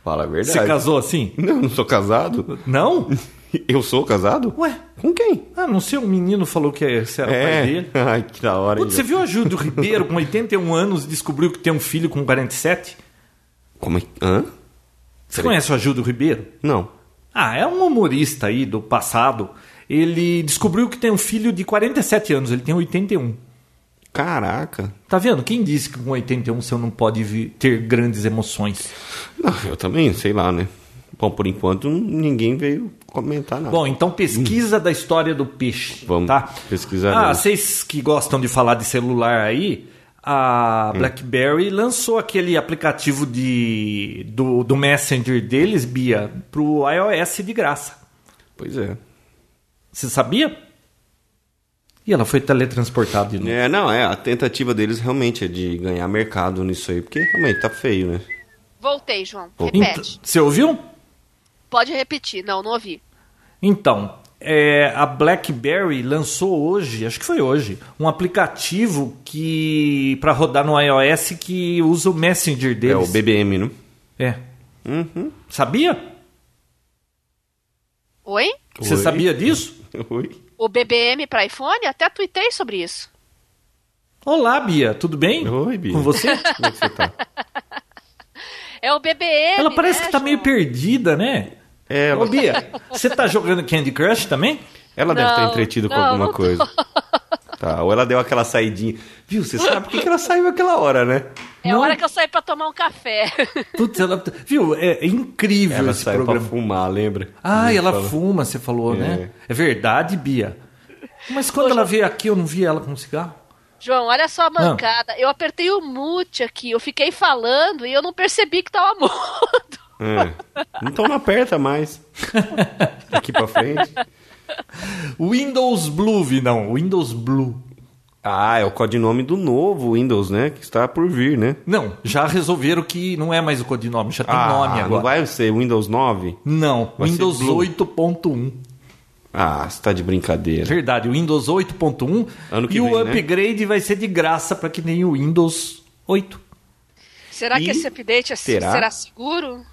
Fala a verdade. Você casou assim? Não, não sou casado. Não? Eu sou casado? Ué? Com quem? Ah, não sei, um menino falou que esse era É o É. pai dele. Ai, que da hora, hein? Putz, você viu a Júlio Ribeiro com 81 anos descobriu que tem um filho com 47? Como é? Hã? Você Peraí. conhece o Agildo Ribeiro? Não. Ah, é um humorista aí do passado. Ele descobriu que tem um filho de 47 anos, ele tem 81. Caraca. Tá vendo? Quem disse que com 81 você não pode vi- ter grandes emoções? Não, eu também, sei lá, né? Bom, por enquanto ninguém veio comentar nada. Bom, então pesquisa da história do peixe. Vamos tá? pesquisar Ah, mesmo. vocês que gostam de falar de celular aí, a BlackBerry lançou aquele aplicativo de, do, do Messenger deles, Bia, pro iOS de graça. Pois é. Você sabia? E ela foi teletransportada de novo. É, não, é, a tentativa deles realmente é de ganhar mercado nisso aí, porque realmente tá feio, né? Voltei, João. Voltei. Repete. Ent- Você ouviu? Pode repetir. Não, não ouvi. Então, é, a BlackBerry lançou hoje, acho que foi hoje, um aplicativo que para rodar no iOS que usa o Messenger É o deles. BBM, né? É. Uhum. Sabia? Oi? Você Oi? sabia disso? Oi. O BBM para iPhone? Até tuitei sobre isso. Olá, Bia, tudo bem? Oi, Bia. Com você? Como é que você tá? É o BBM. Ela parece né, que tá meio João? perdida, né? É, ela, Ô, Bia, você tá jogando Candy Crush também? ela deve estar Não, entretida com não, alguma não tô. coisa. Tá, ou ela deu aquela saidinha. Viu, você sabe por que que ela saiu aquela hora, né? É a Não. hora que eu saí para tomar um café. Putz, ela. Viu? É, é incrível Ela esse saiu programa. pra fumar, lembra? Ah, e ela Fala. fuma, você falou, É. né? É verdade, Bia. Mas quando ela veio aqui, eu não vi ela com cigarro. João, olha só a mancada. Eu apertei o mute aqui, eu fiquei falando e eu não percebi que tava mudo. É. Então não aperta mais. Daqui pra frente. Windows Blue, não. Windows Blue. Ah, é o codinome do novo Windows, né? Que está por vir, né? Não, já resolveram que não é mais o codinome, já tem ah, nome Não agora. vai ser Windows 9? Não, Vai ser Windows Blue. 8.1. Ah, você tá de brincadeira. É Verdade, o Windows 8.1 Ano que e vem, o né? upgrade vai ser de graça para que nem o Windows 8. Será E que esse update é- será? será seguro?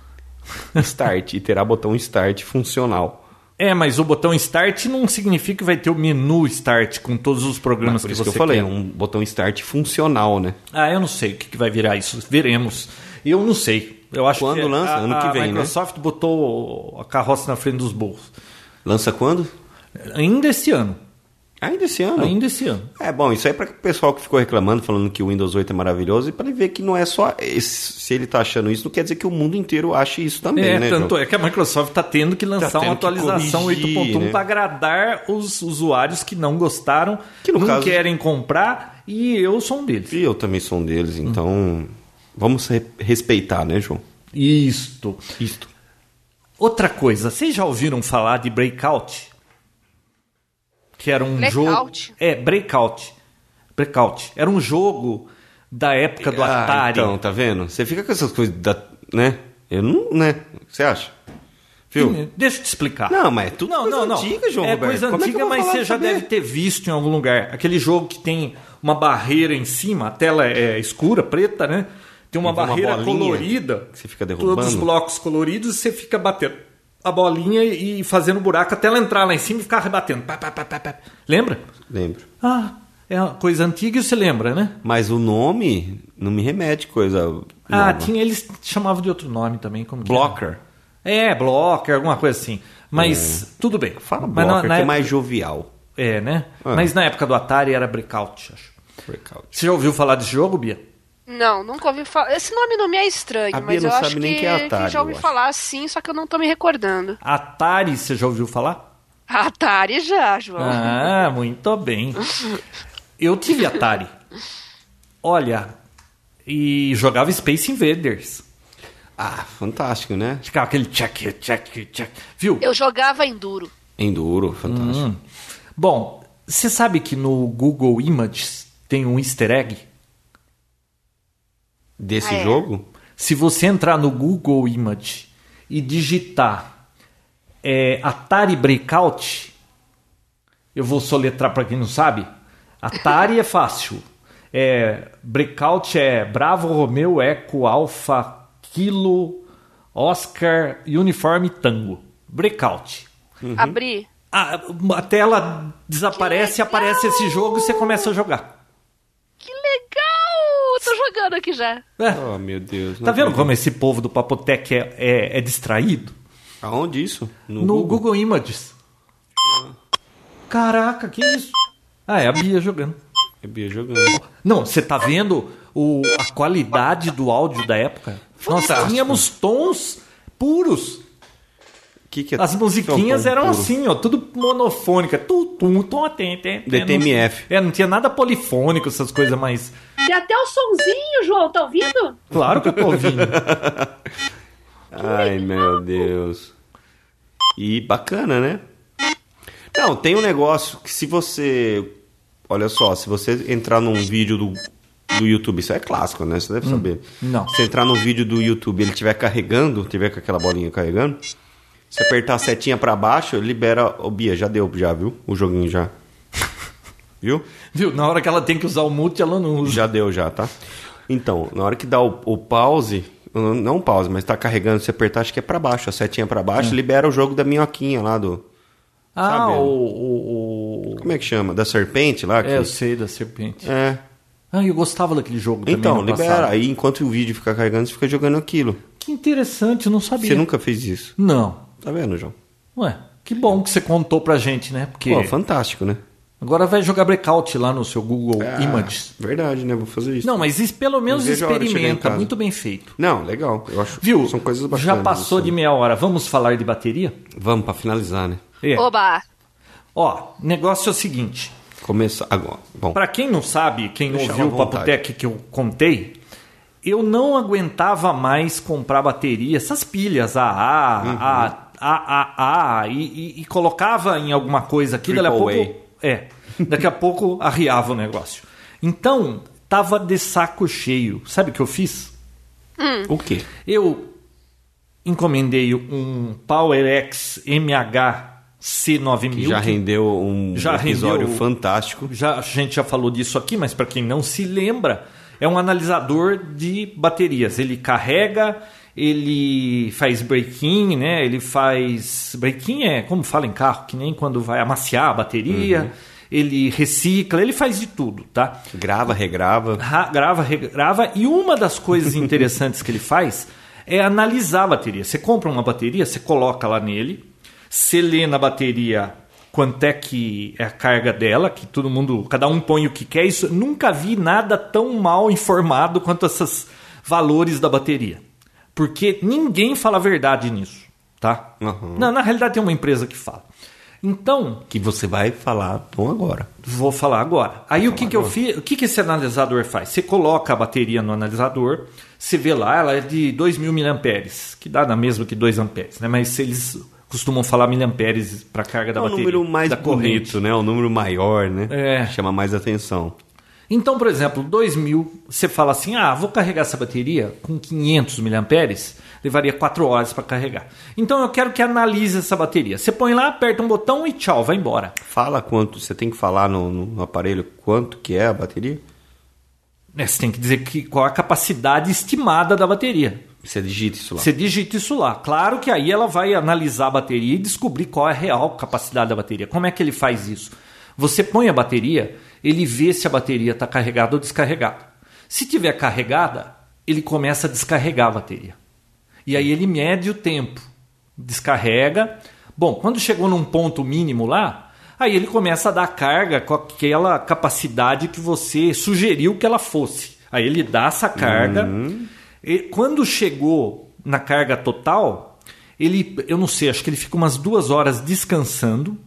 Start. E terá botão Start funcional. É, mas o botão Start não significa que vai ter o menu Start com todos os programas Por que isso que você eu falei, quer. um botão Start funcional, né? Ah, eu não sei o que, que vai virar isso. Veremos. Eu não sei. Eu acho Quando que é lança? a, Ano que vem, a né? Microsoft botou a carroça na frente dos burros. Lança quando? Ainda esse ano. Ainda esse ano. Ainda esse ano. É bom, isso aí para o pessoal que ficou reclamando, falando que o Windows 8 é maravilhoso, e para ele ver que não é só. Esse, se ele tá achando isso, não quer dizer que o mundo inteiro ache isso também, é, né? tanto João? Tá é que a Microsoft está tendo que lançar tendo uma que atualização corrigir, 8.1 né? para agradar os usuários que não gostaram, Que no não caso- querem comprar, e eu sou um deles. E eu também sou um deles, então. Vamos re- respeitar, né, João? Isto. Isto. Outra coisa, vocês já ouviram falar de Breakout? Que era um Blackout? jogo. É, Breakout. Breakout. Era um jogo da época É, do Ah, Atari. Então, tá vendo? Você fica com essas coisas da. né? Eu não. né? O que Você acha? Viu? Deixa eu te explicar. Não, mas é tudo não, coisa não, não. antiga, João É Roberto. coisa Como é que antiga, eu vou mas falar você já saber? deve ter visto em algum lugar. Aquele jogo que tem uma barreira em cima, a tela é escura, preta, né? Tem uma E tem uma barreira bolinha colorida. que você fica derrubando. Todos os blocos coloridos e você fica batendo a bolinha e fazendo buraco até ela entrar lá em cima e ficar rebatendo. Pá, pá, pá, pá, pá. Lembra? Lembro. Ah, é uma coisa antiga e você lembra, né? Mas o nome não me remete coisa. Ah, nova. tinha, eles chamavam de outro nome também. Como que Blocker. era? É, Blocker, alguma coisa assim. Mas tudo bem. É. Fala Mas na- na Blocker, que é época- mais jovial. É, né? É. Mas na época do Atari era Breakout, acho. Breakout. Você já ouviu falar desse jogo, Bia? Não, nunca ouvi falar. Esse nome não me é estranho, A Bia mas não eu sabe acho nem que, que é Atari, já ouvi eu acho. falar assim, só que eu não tô me recordando. Atari, você já ouviu falar? Atari já, João. Ah, muito bem. Eu tive Atari. Olha, e jogava Space Invaders. Ah, fantástico, né? Ficava aquele check, check, check. Viu? Eu jogava Enduro. Enduro, fantástico. Hum. Bom, você sabe que no Google Images tem um easter egg? Desse Ah, é? jogo? Se você entrar no Google Image e digitar é, Atari Breakout, eu vou soletrar para quem não sabe. Atari é fácil. É, breakout é Bravo Romeo Eco Alfa Kilo Oscar Uniforme Tango. Breakout. Uhum. Abri. A, a tela desaparece, Que aparece esse jogo e você começa a jogar. Que legal! Tô jogando aqui já. É. Oh, meu Deus. Tá não vendo acredito. como esse povo do Papotec é, é, é distraído? Aonde isso? No, No, Google. Images. Caraca, que isso? Ah, é a Bia jogando. É Bia jogando. Não, você tá vendo o, a qualidade do áudio da época? Nossa, tínhamos tons puros. Que que é As musiquinhas Falcão eram puro? assim, ó, tudo monofônica. Tu, tu, tu, tem, tem, tem. DTMF. Não, é, não tinha nada polifônico, essas coisas mais. Tem até o sonzinho, João, tá ouvindo? Claro que eu tô ouvindo. Ai, meu Deus. E bacana, né? Não, tem um negócio que se você. Olha só, se você entrar num vídeo do, do YouTube, isso é clássico, né? Você deve saber. não. Se entrar num vídeo do YouTube ele estiver carregando, tiver com aquela bolinha carregando, se apertar a setinha pra baixo, libera. Ô, Bia, já deu, já, viu? O joguinho já. Viu? Viu? Na hora que ela tem que usar o mute, ela não usa. Já deu, já, tá? Então, na hora que dá o, o pause, não- não pause, mas tá carregando, se apertar, acho que é pra baixo, a setinha pra baixo, libera o jogo da minhoquinha lá do. É. Ah, Sabe? o, o, o- Como é que chama? Da serpente lá? que- É, eu sei da serpente. É. Ah, eu gostava daquele jogo também. Então, no libera. passado. Aí enquanto o vídeo fica carregando, você fica jogando aquilo. Que interessante, eu não Você sabia. nunca fez isso. Não. Tá vendo, João? Ué, que bom que você contou pra gente, né? Porque Pô, fantástico, né? agora vai jogar breakout lá no seu Google É. Images. Verdade, né? Vou fazer isso. Não, mas isso pelo menos Ah. vejo a hora de chegar em experimenta. casa. Muito bem feito. Não, legal. Eu acho Viu? São coisas bacanas. Já passou assim. de meia hora. Vamos falar de bateria? Vamos pra finalizar, né? É. Oba! Ó, negócio é o seguinte. Começar agora. Bom, Pra quem não sabe, quem Deixa ouviu ela o à Papo vontade. Tech que eu contei, eu não aguentava mais comprar bateria, essas pilhas AA, Uhum. AAA, e, e- e colocava em alguma coisa aqui, daqui a Triple pouco. É, daqui a pouco arriava o negócio. Então, tava de saco cheio. Sabe o que eu fiz? o quê? Eu encomendei um PowerX MHC9000. Que já que- rendeu um Já episódio rendeu- fantástico. já, a gente já falou disso aqui, mas para quem não se lembra, é um analisador de baterias. Ele carrega, ele faz break-in, né? Ele faz break-in é como fala em carro, que nem quando vai amaciar a bateria. Ele recicla, ele faz de tudo, tá? Grava, regrava. Ra- grava, regrava. E uma das coisas interessantes que ele faz é analisar a bateria. Você compra uma bateria, você coloca lá nele, você lê na bateria quanto é que é a carga dela, que todo mundo, cada um põe o que quer. Isso, eu nunca vi nada tão mal informado quanto esses valores da bateria. Porque ninguém fala a verdade nisso, tá? Uhum. Não, na realidade tem uma empresa que fala. Então, Que você vai falar bom agora. Vou falar agora. Aí o que, que eu fiz? O que, que esse analisador faz? Você coloca a bateria no analisador, você vê lá, ela é de 2.000 miliamperes, que dá na mesma que 2 amperes, né? Mas eles costumam falar miliamperes para carga da É o bateria. número mais da corrente. bonito, né? O número maior, né? É. Chama mais atenção. Então, por exemplo, 2000, você fala assim: ah, vou carregar essa bateria com 500 miliamperes, levaria 4 horas para carregar. Então eu quero que analise essa bateria. Você põe lá, aperta um botão e tchau, vai embora. Fala quanto, você tem que falar no, no aparelho quanto que é a bateria? Né, Você tem que dizer que, qual a capacidade estimada da bateria. Você digita isso lá. Você digita isso lá. Claro que aí ela vai analisar a bateria e descobrir qual é a real capacidade da bateria. Como é que ele faz isso? Você põe a bateria, ele vê se a bateria está carregada ou descarregada. Se tiver carregada, ele começa a descarregar a bateria. E aí ele mede o tempo. Descarrega. Bom, quando chegou num ponto mínimo lá, aí ele começa a dar carga com aquela capacidade que você sugeriu que ela fosse. Aí ele dá essa carga. Uhum. E quando chegou na carga total, ele, eu não sei, acho que ele fica umas duas horas descansando.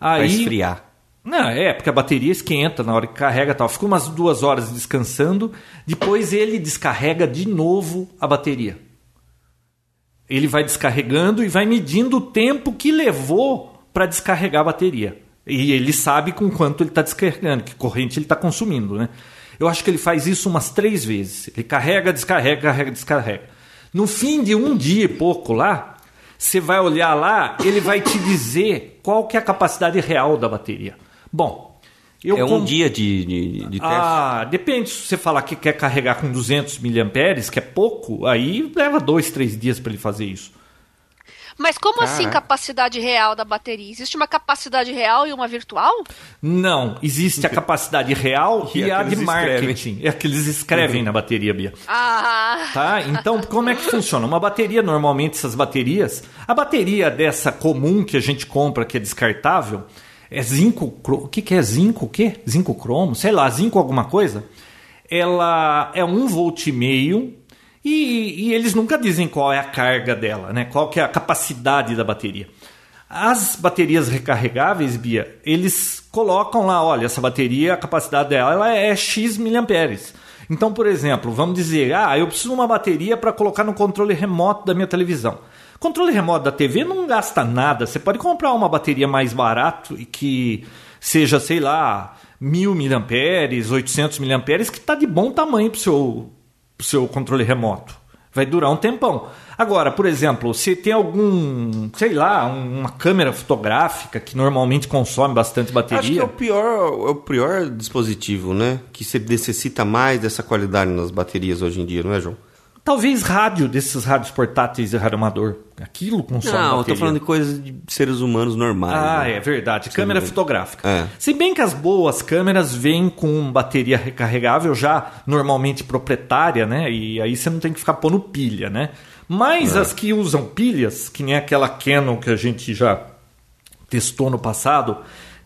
Aí, Pra esfriar. Não, é, porque a bateria esquenta na hora que carrega e tal. Fica umas duas horas descansando. Depois ele descarrega de novo a bateria. Ele vai descarregando e vai medindo o tempo que levou para descarregar a bateria. E ele sabe com quanto ele está descarregando, que corrente ele está consumindo, né? Eu acho que ele faz isso umas três vezes. Ele carrega, descarrega, carrega, descarrega. No fim de um dia e pouco lá, você vai olhar lá, ele vai te dizer qual que é a capacidade real da bateria. Bom, eu é um com- dia né? de, de, de teste. ah, depende. Se você falar que quer carregar com 200 miliamperes, que é pouco, aí leva dois, três dias para ele fazer isso. Mas como assim Caraca. capacidade real da bateria? Existe uma capacidade real e uma virtual? Não, existe a capacidade real e, E é a que de eles escrevem. marketing. É a que eles escrevem na bateria, Bia. Ah, Tá? Então, como é que funciona? Uma bateria, normalmente, essas baterias, a bateria dessa comum que a gente compra, que é descartável, é zinco. cro- O que, que é zinco? O quê? Zinco cromo? Sei lá, zinco alguma coisa. Ela é um volt e meio. E, e eles nunca dizem qual é a carga dela, né? Qual que é a capacidade da bateria. As baterias recarregáveis, Bia, eles colocam lá, olha, essa bateria, a capacidade dela ela é X miliamperes. Então, por exemplo, vamos dizer, ah, eu preciso de uma bateria para colocar no controle remoto da minha televisão. Controle remoto da TV não gasta nada. Você pode comprar uma bateria mais barato e que seja, sei lá, mil miliamperes, 800 miliamperes, que está de bom tamanho para o seu o seu controle remoto. Vai durar um tempão. Agora, por exemplo, se tem algum, sei lá, um- uma câmera fotográfica que normalmente consome bastante Acho que é bateria. o pior, é o pior dispositivo, né? Que você necessita mais dessa qualidade nas baterias hoje em dia, não é, João? Talvez rádio desses rádios portáteis e rádio amador. Aquilo consome não, eu bateria. tô falando de coisas de seres humanos normais. Ah, né? é verdade. Câmera dúvida. fotográfica. É. Se bem que as boas câmeras vêm com bateria recarregável já normalmente proprietária, né? E aí você não tem que ficar pondo pilha, né? É. Mas as que usam pilhas, que nem aquela Canon que a gente já testou no passado,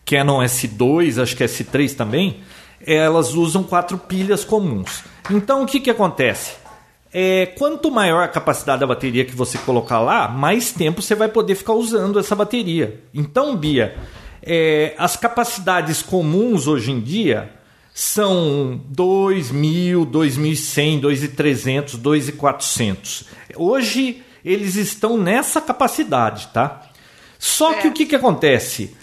Canon S2, acho que S3 também, elas usam quatro pilhas comuns. Então o que, que acontece? É, quanto maior a capacidade da bateria que você colocar lá, mais tempo você vai poder ficar usando essa bateria. Então, Bia, é, as capacidades comuns hoje em dia são 2.000, 2.100, 2.300, 2.400. Hoje eles estão nessa capacidade, tá? Só que o que, que acontece?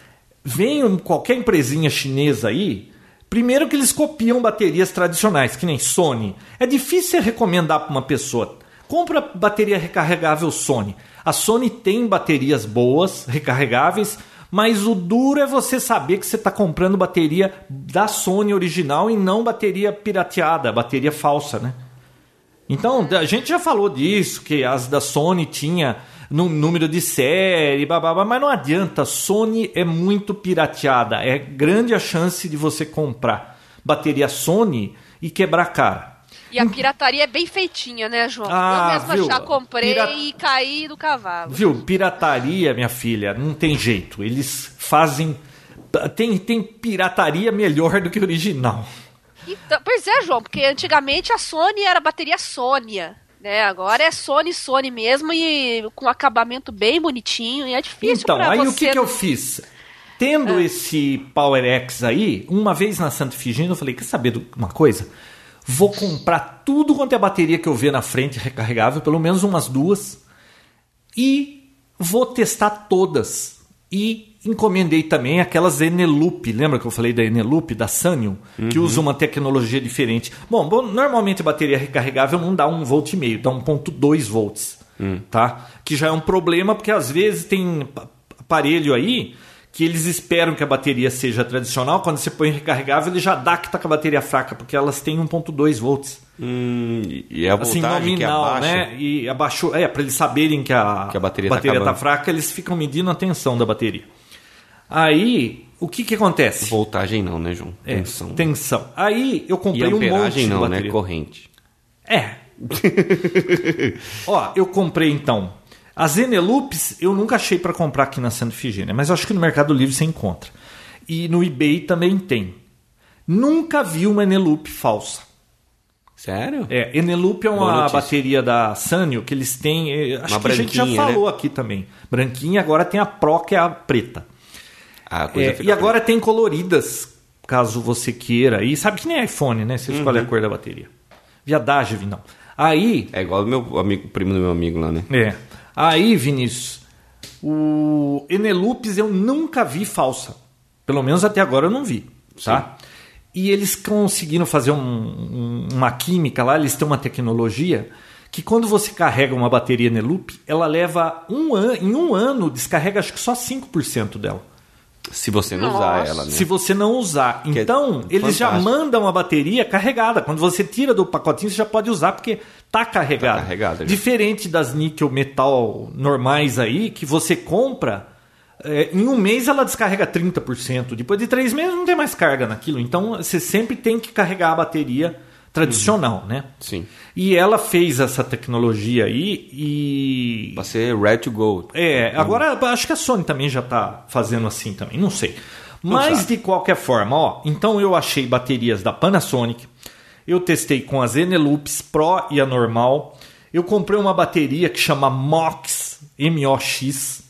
Vem um- qualquer empresinha chinesa aí, primeiro que eles copiam baterias tradicionais, que nem Sony. É difícil você recomendar para uma pessoa. Compra bateria recarregável Sony. A Sony tem baterias boas, recarregáveis, mas o duro é você saber que você está comprando bateria da Sony original e não bateria pirateada, bateria falsa, né? Então, a gente já falou disso, que as da Sony tinha num número de série, bababá, mas não adianta, a Sony é muito pirateada, é grande a chance de você comprar bateria Sony e quebrar a cara. e a pirataria é bem feitinha, né, João? Ah, eu mesma viu? já comprei Pira- e caí do cavalo. Viu? Pirataria, minha filha, não tem jeito. Eles fazem. Tem, tem pirataria melhor do que original. Então, pois é, João, porque antigamente a Sony era bateria Sônia. Né? Agora é Sony, Sony mesmo e com acabamento bem bonitinho e é difícil Então, pra aí você É. o que, que eu fiz? Tendo esse Power X aí, uma vez na Santa Figina, eu falei: quer saber de uma coisa? Vou comprar tudo quanto é bateria que eu ver na frente recarregável, pelo menos umas duas, e vou testar todas. E encomendei também aquelas Eneloop. Lembra que eu falei da Eneloop, da Sanyo? Que usa uma tecnologia diferente. Bom, bom, normalmente a bateria recarregável não dá 1,5 volt, dá 1,2 volts. Tá? Que já é um problema, porque às vezes tem pa- aparelho aí que eles esperam que a bateria seja tradicional. Quando você põe recarregável, ele já dá que tá com a bateria fraca, porque elas têm 1,2 volts Hum, e a assim, voltagem que nominal, abaixa. né? E abaixou. É, para eles saberem que a, Que a bateria tá tá, acabando. fraca, eles ficam medindo a tensão da bateria. Aí, o que que acontece? Voltagem não, né, João? É, Tensão. tensão. Aí eu E comprei um monte amperagem de não, né? bateria. Corrente. É. Ó, eu comprei então. As Eneloops eu nunca achei pra comprar aqui na Santa Figênia, mas acho que no Mercado Livre você encontra. E no eBay também tem. Nunca vi uma Eneloop falsa. Sério? É, Eneloop é Boa uma notícia. bateria da Sanyo que eles têm. eh, Acho Uma que a gente já branquinha, né? falou aqui também. Branquinha, agora tem a Pro, que é a preta. Ah, a coisa É, fica e agora tem coloridas, caso você queira. E sabe que nem iPhone, né? Você escolhe Uhum. a cor da bateria. Viadagem, Vinão. Aí, É igual o meu amigo, primo do meu amigo lá, né? é. Aí, Vinícius, o Enelupes eu nunca vi falsa. Pelo menos até agora eu não vi, tá? E eles conseguiram fazer um- um- uma química lá, eles têm uma tecnologia que quando você carrega uma bateria Eneloop, ela leva um ano, em um ano descarrega acho que só 5% dela. Se você não usar Nossa. ela, né? Se você não usar. é Então, eles já fantástico. mandam a bateria carregada. Quando você tira do pacotinho, você já pode usar porque tá carregada. Tá carregada, já. Diferente das níquel metal normais aí, que você compra, é, em um mês ela descarrega 30%. Depois de três meses não tem mais carga naquilo. Então, você sempre tem que carregar a bateria tradicional, né? Uhum. Sim. E ela fez essa tecnologia aí e... Pra ser red to go. É, agora acho que a Sony também já tá fazendo assim também, não sei. Mas sabe. de qualquer forma, ó, então eu achei baterias da Panasonic, eu testei com as Eneloops Pro e a normal, eu comprei uma bateria que chama MOX, M-O-X,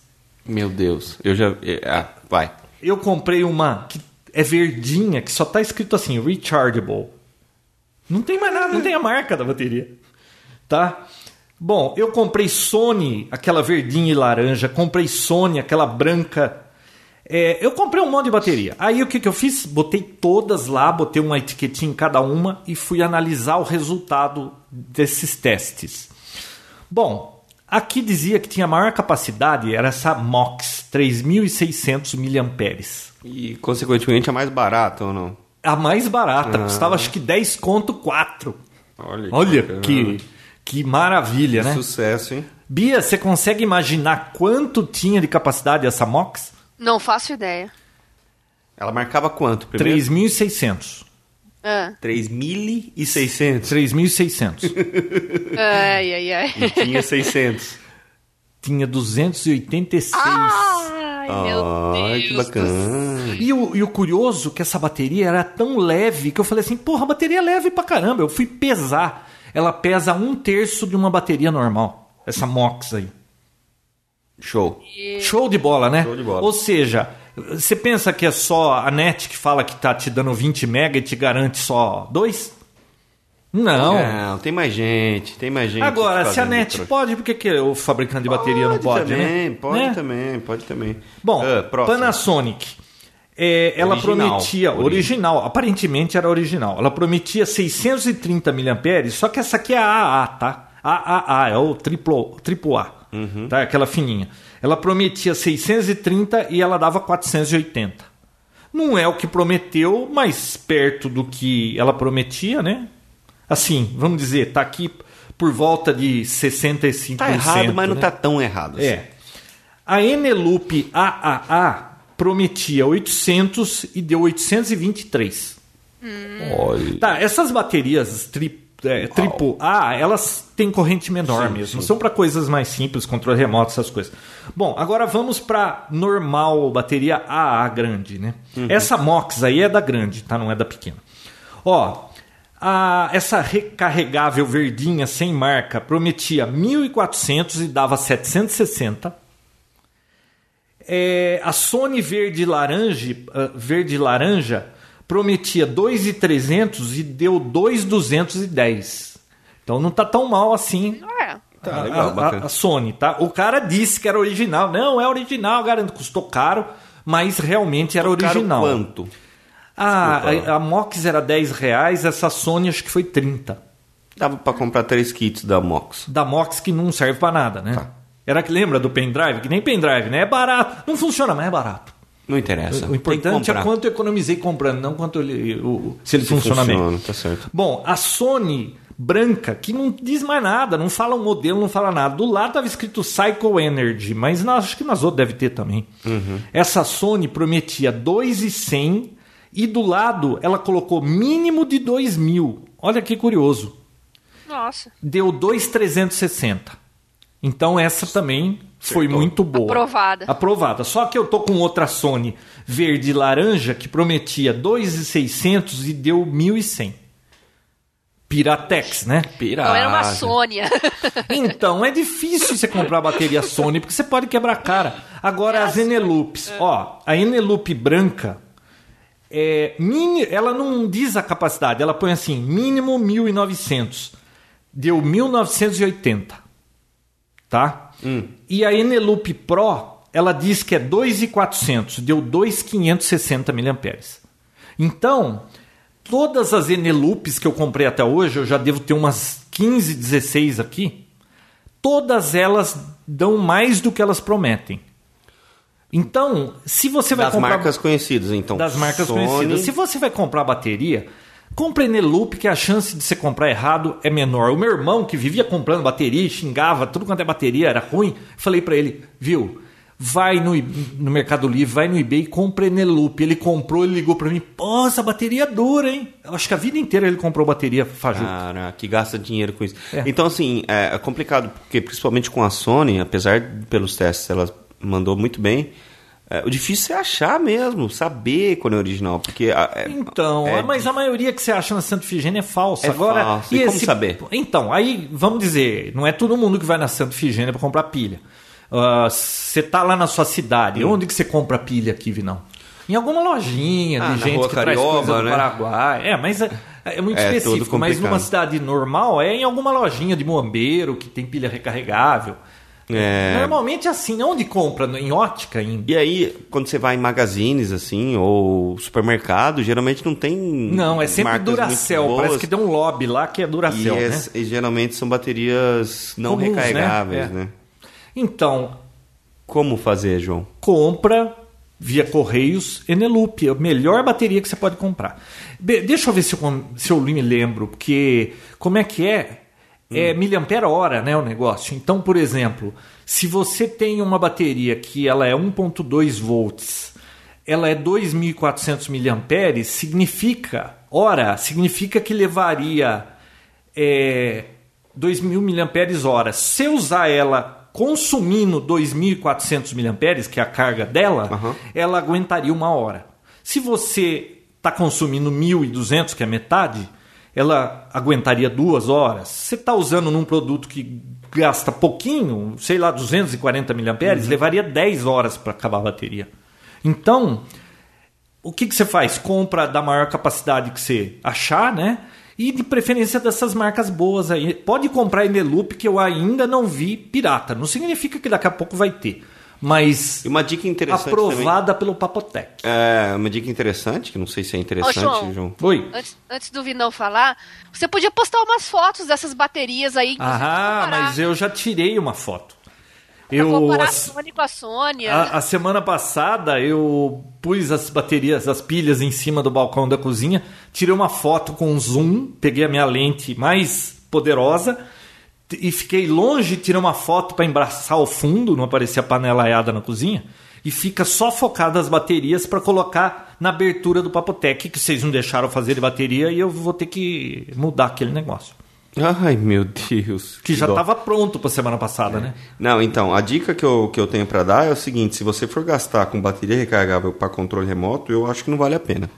Meu Deus. Eu já. é, Ah, vai. eu comprei uma que é verdinha, que só tá escrito assim, rechargeable. Não tem mais nada, não tem a marca da bateria. Tá? Bom, eu comprei Sony, aquela verdinha e laranja. Comprei Sony, aquela branca. É, eu comprei um monte de bateria. Aí o que, que eu fiz? Botei todas lá, botei uma etiquetinha em cada uma e fui analisar o resultado desses testes. Bom, aqui dizia que tinha maior capacidade, era essa MOX, 3.600 miliamperes. E, consequentemente, é mais barato ou não? A mais barata, custava acho que 10 conto 4. Olha, Olha bacana. que, que maravilha, né? Sucesso, hein? Bia, você consegue imaginar quanto tinha de capacidade essa MOX? Não faço ideia. Ela marcava quanto primeiro? 3.600. Ah, 3.600. 3.600. ai, ai, ai. E tinha 600. tinha 286. Ah! Ai, Ah, meu Ai, Deus. que bacana. E o, e o curioso que essa bateria era tão leve que eu falei assim, porra, a bateria é leve pra caramba. Eu fui pesar. Ela pesa um terço de uma bateria normal. Essa MOX aí. Show. Show de bola, né? Show de bola. Ou seja, você pensa que é só a NET que fala que tá te dando 20 mega e te garante só dois? Não. Não, tem mais gente, tem mais É, gente. tá Agora, se a fazendo NET troca. pode, por que, que o fabricante de bateria não pode, também, né? Pode Né? também, pode também. Bom, Ah, próximo. Panasonic. É, ela Original. prometia, Ori- original, aparentemente era original. Ela prometia 630 mAh, só que essa aqui é a AA, tá? AAA, é o triplo, triplo A, Uhum. tá? Aquela fininha. Ela prometia 630 e ela dava 480. Não é o que prometeu, mas perto do que ela prometia, né? Assim, vamos dizer, tá aqui por volta de 65%. Tá errado, mas não né? tá tão errado. assim. É. A Eneloop AAA prometia 800 e deu 823. Olha. Tá, essas baterias tri, é, triplo A, elas têm corrente menor Sim, mesmo. sim. São para coisas mais simples, controle remoto, essas coisas. Bom, agora vamos para normal, bateria AA grande, né? Uhum. Essa MOX aí é da grande, tá? Não é da pequena. Ó, a- essa recarregável verdinha sem marca prometia 1.400 e dava 760. É, a Sony verde e laranja, ah, verde e laranja prometia 2,300 e deu 2,210. Então não tá tão mal assim. É. Tá, a- legal, a- bacana. a, Sony, tá? O cara disse que era original. Não, é original, garanto. Custou caro, mas realmente era Caro original. quanto? Ah, Desculpa. a, a Mox era 10 reais, essa Sony acho que foi 30. Dava pra comprar três kits da Mox. Da Mox que não serve pra nada, né? Tá. Era que lembra do pendrive? Que nem pendrive, né? É barato. Não funciona, mas é barato. Não interessa. O importante é quanto quanto eu economizei comprando, não quanto ele, o- se ele funciona, bem. Tá certo. Bom, a Sony branca, que não diz mais nada, não fala o modelo, não fala nada. Do lado estava escrito Cycle Energy, mas na- acho que nas outras deve ter também. Essa Sony prometia 2,100 e do lado ela colocou mínimo de 2 mil. Olha que curioso. Nossa. Deu 2,360. Então essa também foi Acertou. muito boa. Aprovada. Aprovada. Só que eu tô com outra Sony verde e laranja que prometia 2,600 e deu 1.100. Piratex, né? Pirata. Não era uma Sônia. Então é difícil você comprar bateria Sony porque você pode quebrar a cara. Agora as Eneloops, ó, a Eneloop branca é mini, ela não diz a capacidade, ela põe assim, mínimo 1900. Deu 1980. Tá? Hum. E a Eneloop Pro, ela diz que é 2,400, deu 2,560 miliamperes. Então, todas as Eneloops que eu comprei até hoje, eu já devo ter umas 15, 16 aqui, todas elas dão mais do que elas prometem. Então, se você vai Das comprar marcas conhecidas, então. das marcas Sony, conhecidas, se você vai comprar bateria, compra Eneloop que a chance de você comprar errado é menor. O meu irmão que vivia comprando bateria, e xingava tudo quanto é bateria, era ruim. Falei pra ele, viu? Vai no, I- no Mercado Livre, vai no eBay e compra Eneloop. Ele comprou, ele ligou pra mim. Pô, essa bateria é dura, hein? Eu acho que a vida inteira ele comprou bateria fajuta. Cara, que gasta dinheiro com isso. É. Então, assim, é é complicado, porque principalmente com a Sony, apesar de- pelos testes, ela mandou muito bem. é, o difícil é achar mesmo, saber quando é original, porque... a- é- Então, é, mas a maioria que você acha na Santa Figênia é falsa. É Agora, falsa. E como saber? Então, aí vamos dizer, não é todo mundo que vai na Santa Figênia para comprar pilha. Ah, Você tá lá na sua Hum. cidade, onde que você compra pilha aqui, Vinão? Em alguma lojinha Ah, na de gente Rua que Carioba, traz coisa do né? Paraguai. É, mas é, é muito É, todo específico. Mas complicado. numa cidade normal é em alguma lojinha de muambeiro que tem pilha recarregável. É. Normalmente é assim, onde compra? Em ótica, em E aí, quando você vai em magazines, assim, ou supermercado, geralmente não tem... Não, é sempre marcas muito Duracell. Parece boas. que tem um lobby lá que é E, Duracell, é- né? e geralmente são baterias não Comuns, né? recarregáveis, É. né? Então, Como fazer, João? compra via Correios Eneloop, a melhor bateria que você pode comprar. Be- deixa eu ver se eu, com- se eu me lembro, porque como é que é? É miliampere hora, né, o negócio. Então, por exemplo, se você tem uma bateria que ela é 1.2 volts, ela é 2.400 miliamperes, significa hora, significa que levaria é, 2.000 miliamperes hora. Se eu usar ela consumindo 2.400 miliamperes, que é a carga dela, Aham. ela aguentaria uma hora. Se você está consumindo 1.200, que é metade, ela aguentaria duas horas. Se você está usando num produto que gasta pouquinho, sei lá, 240 miliamperes, levaria 10 horas para acabar a bateria. Então, o que, que você faz? Compra da maior capacidade que você achar, né? E de preferência dessas marcas boas aí. Pode comprar Eneloop, que eu ainda não vi pirata. Não significa que daqui a pouco vai ter. Mas E uma dica interessante também- aprovada pelo Papotec. É, uma dica interessante, que não sei se é interessante, Ô, João. João. Oi. Antes, antes do Vinão falar, você podia postar umas fotos dessas baterias aí. inclusive, Ah, comparar- mas eu já tirei uma foto. pra Eu, Ah, comparar a, a Sony com a Sônia. a- a semana passada eu pus as baterias, as pilhas em cima do balcão da cozinha, tirei uma foto com um zoom, peguei a minha lente mais poderosa t- e fiquei longe, tirei uma foto para embraçar o fundo, não aparecer a panelaiada na cozinha, e fica só focado as baterias para colocar na abertura do Papotec, que vocês não deixaram fazer de bateria e eu vou ter que mudar aquele negócio. Ai, meu Deus. Que já dó. É. estava pronto para semana passada, né? Não, então, a dica que eu, que eu tenho pra dar é o seguinte: se você for gastar com bateria recarregável pra controle remoto, eu acho que não vale a pena.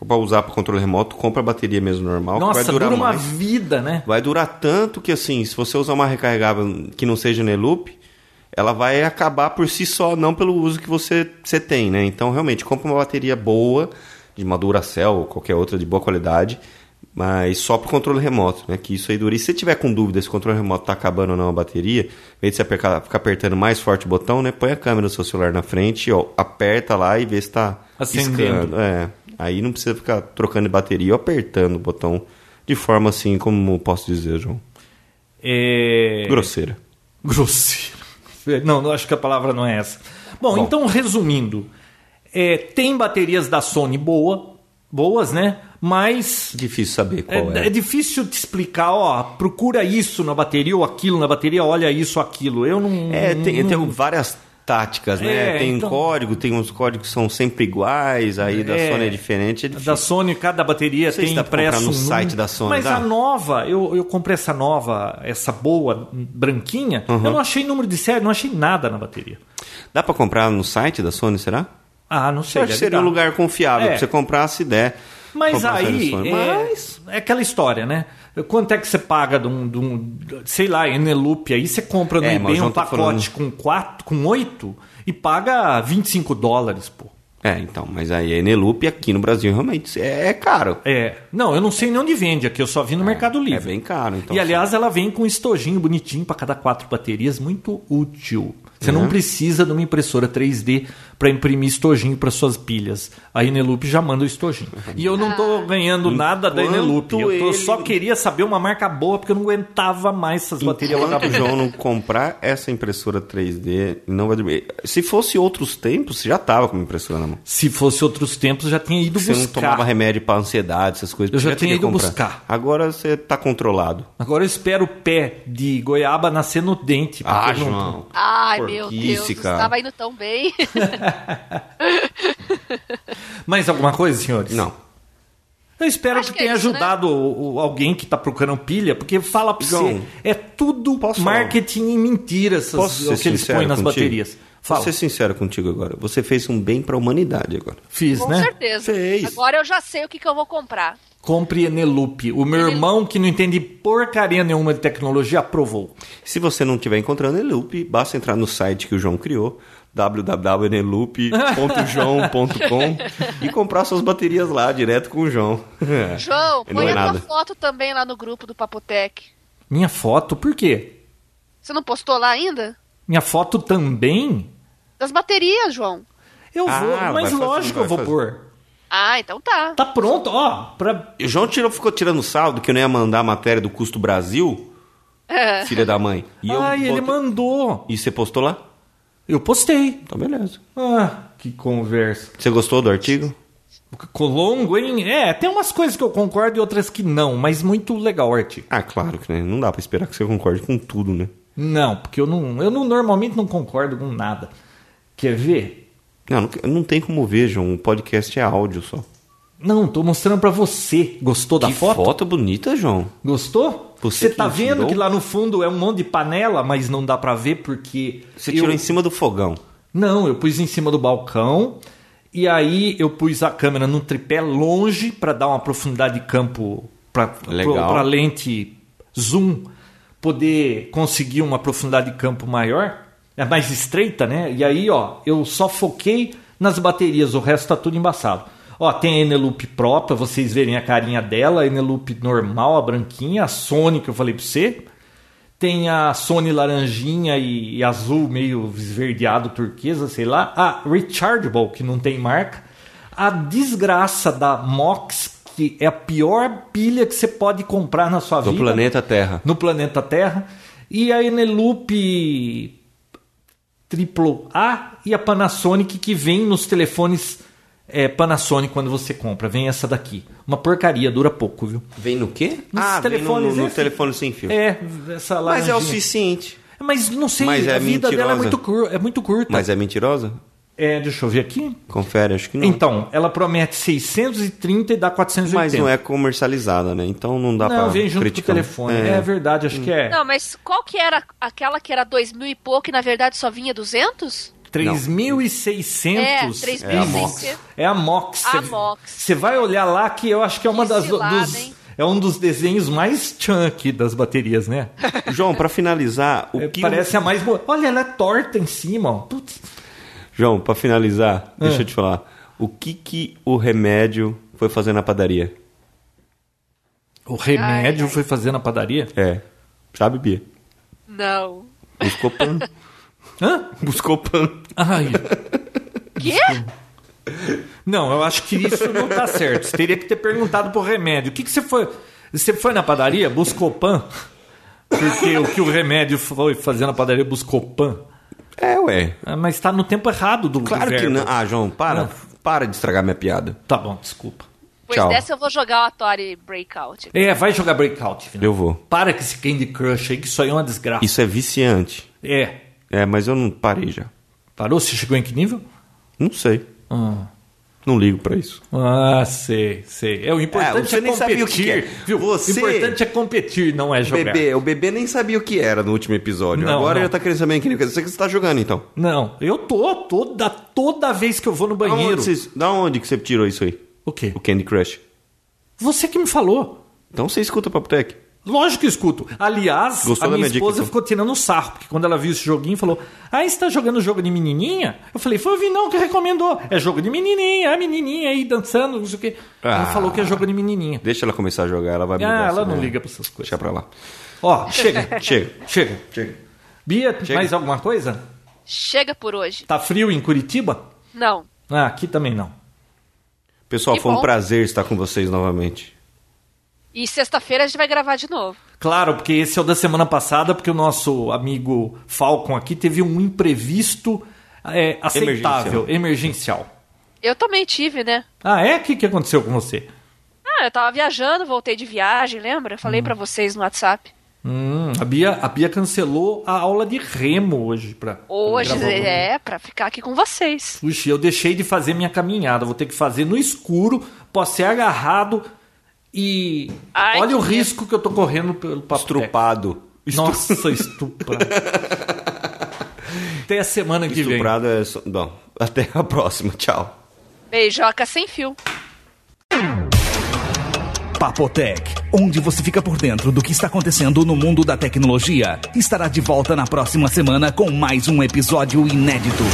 Ou pra usar pra controle remoto, compra a bateria mesmo normal, Nossa, que vai durar dura uma mais. vida, né? Vai durar tanto que, assim, se você usar uma recarregável que não seja Neloop, ela vai acabar por si só, não pelo uso que você, você tem, né? Então, realmente, compra uma bateria boa, de uma Duracell ou qualquer outra de boa qualidade, mas só pro controle remoto, né? Que isso aí dura. E se você tiver com dúvida se o controle remoto tá acabando ou não a bateria, em vez de você apertar- ficar apertando mais forte o botão, né? Põe a câmera do seu celular na frente, ó, aperta lá e vê se tá Acendendo. piscando. É, aí não precisa ficar trocando de bateria ou apertando o botão de forma assim, como posso dizer, João? É... Grosseira. Grosseiro. Não, não acho que a palavra não é essa. Bom, então resumindo, é, tem baterias da Sony boa, boas, né? Mas Difícil saber é, qual é. é difícil te explicar, ó, procura isso na bateria ou aquilo na bateria, olha isso, aquilo. Eu não. É, não- tem, tem várias táticas, né? É, tem então- código, tem uns códigos que são sempre iguais, aí da É. Sony é diferente. É difícil. Da Sony, cada bateria sei se tem dá pra comprar impresso no um site número. da Sony, Mas dá? a nova, eu, eu comprei essa nova, essa boa, branquinha, Uhum. eu não achei número de série, não achei nada na bateria. Dá pra comprar no site da Sony, será? Ah, não sei. Eu acho que deve seria um dar. lugar confiável É. pra você comprar se der. Mas Roubar aí seleções. é, Mas- é aquela história, né? Quanto é que você paga de um, de um- sei lá, Eneloop? Aí você compra no É, mas eBay eu um não tô pacote com quatro, com oito e paga 25 dólares, pô. É, então, mas aí a Eneloop aqui no Brasil realmente é, é caro. É. Não, eu não sei nem onde vende aqui, eu só vi no Mercado Livre. É bem caro, então. e aliás, ela vem com um estojinho bonitinho para cada quatro baterias, muito útil. Você Uhum. não precisa de uma impressora 3D para imprimir estojinho para suas pilhas. A Eneloop já manda o estojinho. E eu não tô ganhando nada da Uhum. Enquanto Eneloop. Eu tô- ele- só queria saber uma marca boa porque eu não aguentava mais essas baterias lá Enquanto pro o João não comprar essa impressora 3D, não vai dormir. Se fosse outros tempos, já tava com uma impressora na mão. Se fosse outros tempos, eu já tinha ido Você não buscar. tomava remédio pra ansiedade, essas coisas. Eu já você tinha teria ido que comprar. buscar. Agora você tá controlado. Agora eu espero o pé de goiaba nascer no dente. porque Ah, eu não- João. Ai, meu Porquice, Deus, cara. estava indo tão bem. Mais alguma coisa, senhores? Não. Eu espero Acho que, que é tenha isso, ajudado o- o- alguém que está procurando pilha, porque fala pra você, João, é tudo posso marketing e mentira essas, Posso é o ser que eles sincero põem nas contigo? baterias. Fala. Vou ser sincero contigo agora. Você fez um bem pra humanidade agora. Fiz, Com né? certeza. Fez. Agora eu já sei o que, que eu vou comprar. Compre Eneloop. O meu irmão, que não entende porcaria nenhuma de tecnologia, aprovou. Se você não estiver encontrando Eneloop, basta entrar no site que o João criou, www.eneloop.joão.com e comprar suas baterias lá, direto com o João. João, não põe é a tua nada. foto também lá no grupo do Papotec. Minha foto, por quê? Você não postou lá ainda? Minha foto também? Das baterias, João. Eu Ah, vou, vai mas fazer, lógico vai eu vou fazer. pôr. Ah, então tá. Tá pronto, ó. Pra... E O João tirou, ficou tirando saldo que eu não ia mandar a matéria do custo Brasil, É. filha da mãe. E eu Ai, ele botei- mandou. E você postou lá? Eu postei. Então beleza. Ah, que conversa. Você gostou do artigo? Colongo, hein? É, tem umas coisas que eu concordo e outras que não, mas muito legal o artigo. Ah, claro que né? não dá pra esperar que você concorde com tudo, né? Não, porque eu não, eu não normalmente não concordo com nada. Quer ver? Não, não, não tem como ver, João. O podcast é áudio só. Não, tô mostrando pra você. Gostou da que foto? foto bonita, João. Gostou? Você que tá me vendo tirou? que lá no fundo é um monte de panela, mas não dá pra ver porque Você eu- tirou em cima do fogão. Não, eu pus em cima do balcão e aí eu pus a câmera num tripé longe para dar uma profundidade de campo para Legal. a lente zoom poder conseguir uma profundidade de campo maior, é mais estreita, né? E aí, ó, eu só foquei nas baterias, o resto tá tudo embaçado. Ó, tem a Eneloop Pro, pra vocês verem a carinha dela, a Eneloop normal, a branquinha, a Sony que eu falei pra você, tem a Sony laranjinha e, e azul meio esverdeado turquesa, sei lá. A Rechargeable, que não tem marca. A desgraça da Mox, que é a pior pilha que você pode comprar na sua Do vida. planeta Terra. No planeta Terra. E a Eneloop triplo A e a Panasonic que vem nos telefones é, Panasonic quando você compra. Vem essa daqui. Uma porcaria, dura pouco, viu? Vem no quê? Nos ah, vem no- telefones, no, no esse- telefone sem fio. É, essa lá. Mas é o suficiente. Mas não sei, Mas é a vida dela é mentirosa. muito, cru- é muito curta. Mas é mentirosa? É, deixa eu ver aqui. Confere, acho que não. Então, ela promete 630 e dá 480. Mas não é comercializada, né? Então não dá pra Não, vem junto com o criticar. telefone. É, verdade, acho que é Não, mas qual que era aquela que era dois mil e pouco e na verdade só vinha 200? 3.600. É, É a 3.600. Mox. É a Mox. A Cê- Mox. Você vai olhar lá que eu acho que é uma Que das cilada, dos- hein? é um dos desenhos mais chunky das baterias, né? João, pra finalizar, o É, que... Parece a mais boa. Olha, ela é torta em cima, ó. Putz. João, pra finalizar, deixa Ah. eu te falar. O que que o remédio foi fazer na padaria? O remédio Ai, ai. foi fazer na padaria? É. Sabe, Bia? Não. Buscou pano. Hã? Buscou pano. Ai. Quê? Não, eu acho que isso não tá certo. Você teria que ter perguntado pro remédio. O que, que você foi? Você foi na padaria, buscou pan? Porque o que o remédio foi fazer na padaria buscou pan. É, ué. Ah, Mas tá no tempo errado do Claro do que verbo. não. Ah, João, para. Para de estragar minha piada. Tá bom, desculpa. Pois Tchau. dessa eu vou jogar o Atari Breakout. É, vai jogar breakout, filho. Eu vou. Para com esse Candy Crush aí, que isso aí é uma desgraça. Isso é viciante. É. É, mas eu não parei já. Parou? Você chegou em que nível? Não sei. Ah, Não ligo pra isso. Ah, sei, sei. É, o importante É, você é nem competir. sabia o que é. Viu? Você- O importante é competir, não é jogar. Bebê, o bebê nem sabia o que era no último episódio. Não, Agora não. ele tá querendo saber o que ele quer. Você que você tá jogando, então. Não, eu tô toda, toda vez que eu vou no Da onde, banheiro. vocês- da onde que você tirou isso aí? O quê? O Candy Crush. Você que me falou. Então você escuta o Papo Tech. Lógico que escuto. Aliás, Gostou a da minha minha dica, esposa então? ficou tirando sarro, porque quando ela viu esse joguinho, falou: Ah, você tá jogando jogo de menininha? Eu falei: Foi o Vinão que recomendou. É jogo de menininha, a menininha aí dançando, não sei o quê. Ela Ah. falou que é jogo de menininha. Deixa ela começar a jogar, ela vai mudar. Ah, ela essa não ideia. liga pra essas coisas. Deixa pra lá. Ó, chega, Chega. chega. Chega. Bia, Chega. mais alguma coisa? Chega por hoje. Tá frio em Curitiba? Não. Ah, aqui também não. Pessoal, Que foi um bom. prazer estar com vocês novamente. E sexta-feira a gente vai gravar de novo. Claro, porque esse é o da semana passada, porque o nosso amigo Falcon aqui teve um imprevisto é, aceitável, emergencial. Eu também tive, né? Ah, é? O que, que aconteceu com você? Ah, eu tava viajando, voltei de viagem, lembra? Falei pra vocês no WhatsApp. Hum, a, Bia, a Bia cancelou a aula de remo hoje. Pra, pra Hoje gravar o programa. é pra ficar aqui com vocês. Puxa, eu deixei de fazer minha caminhada, vou ter que fazer no escuro, posso ser agarrado e. Ai, olha que o medo. risco que eu tô correndo pelo papo. Estrupado. Técnico. Nossa, estuprado. Até a semana que vem. Estuprado é. só- Bom, até a próxima. Tchau. Beijoca sem fio. Papotec, onde você fica por dentro do que está acontecendo no mundo da tecnologia, estará de volta na próxima semana com mais um episódio inédito.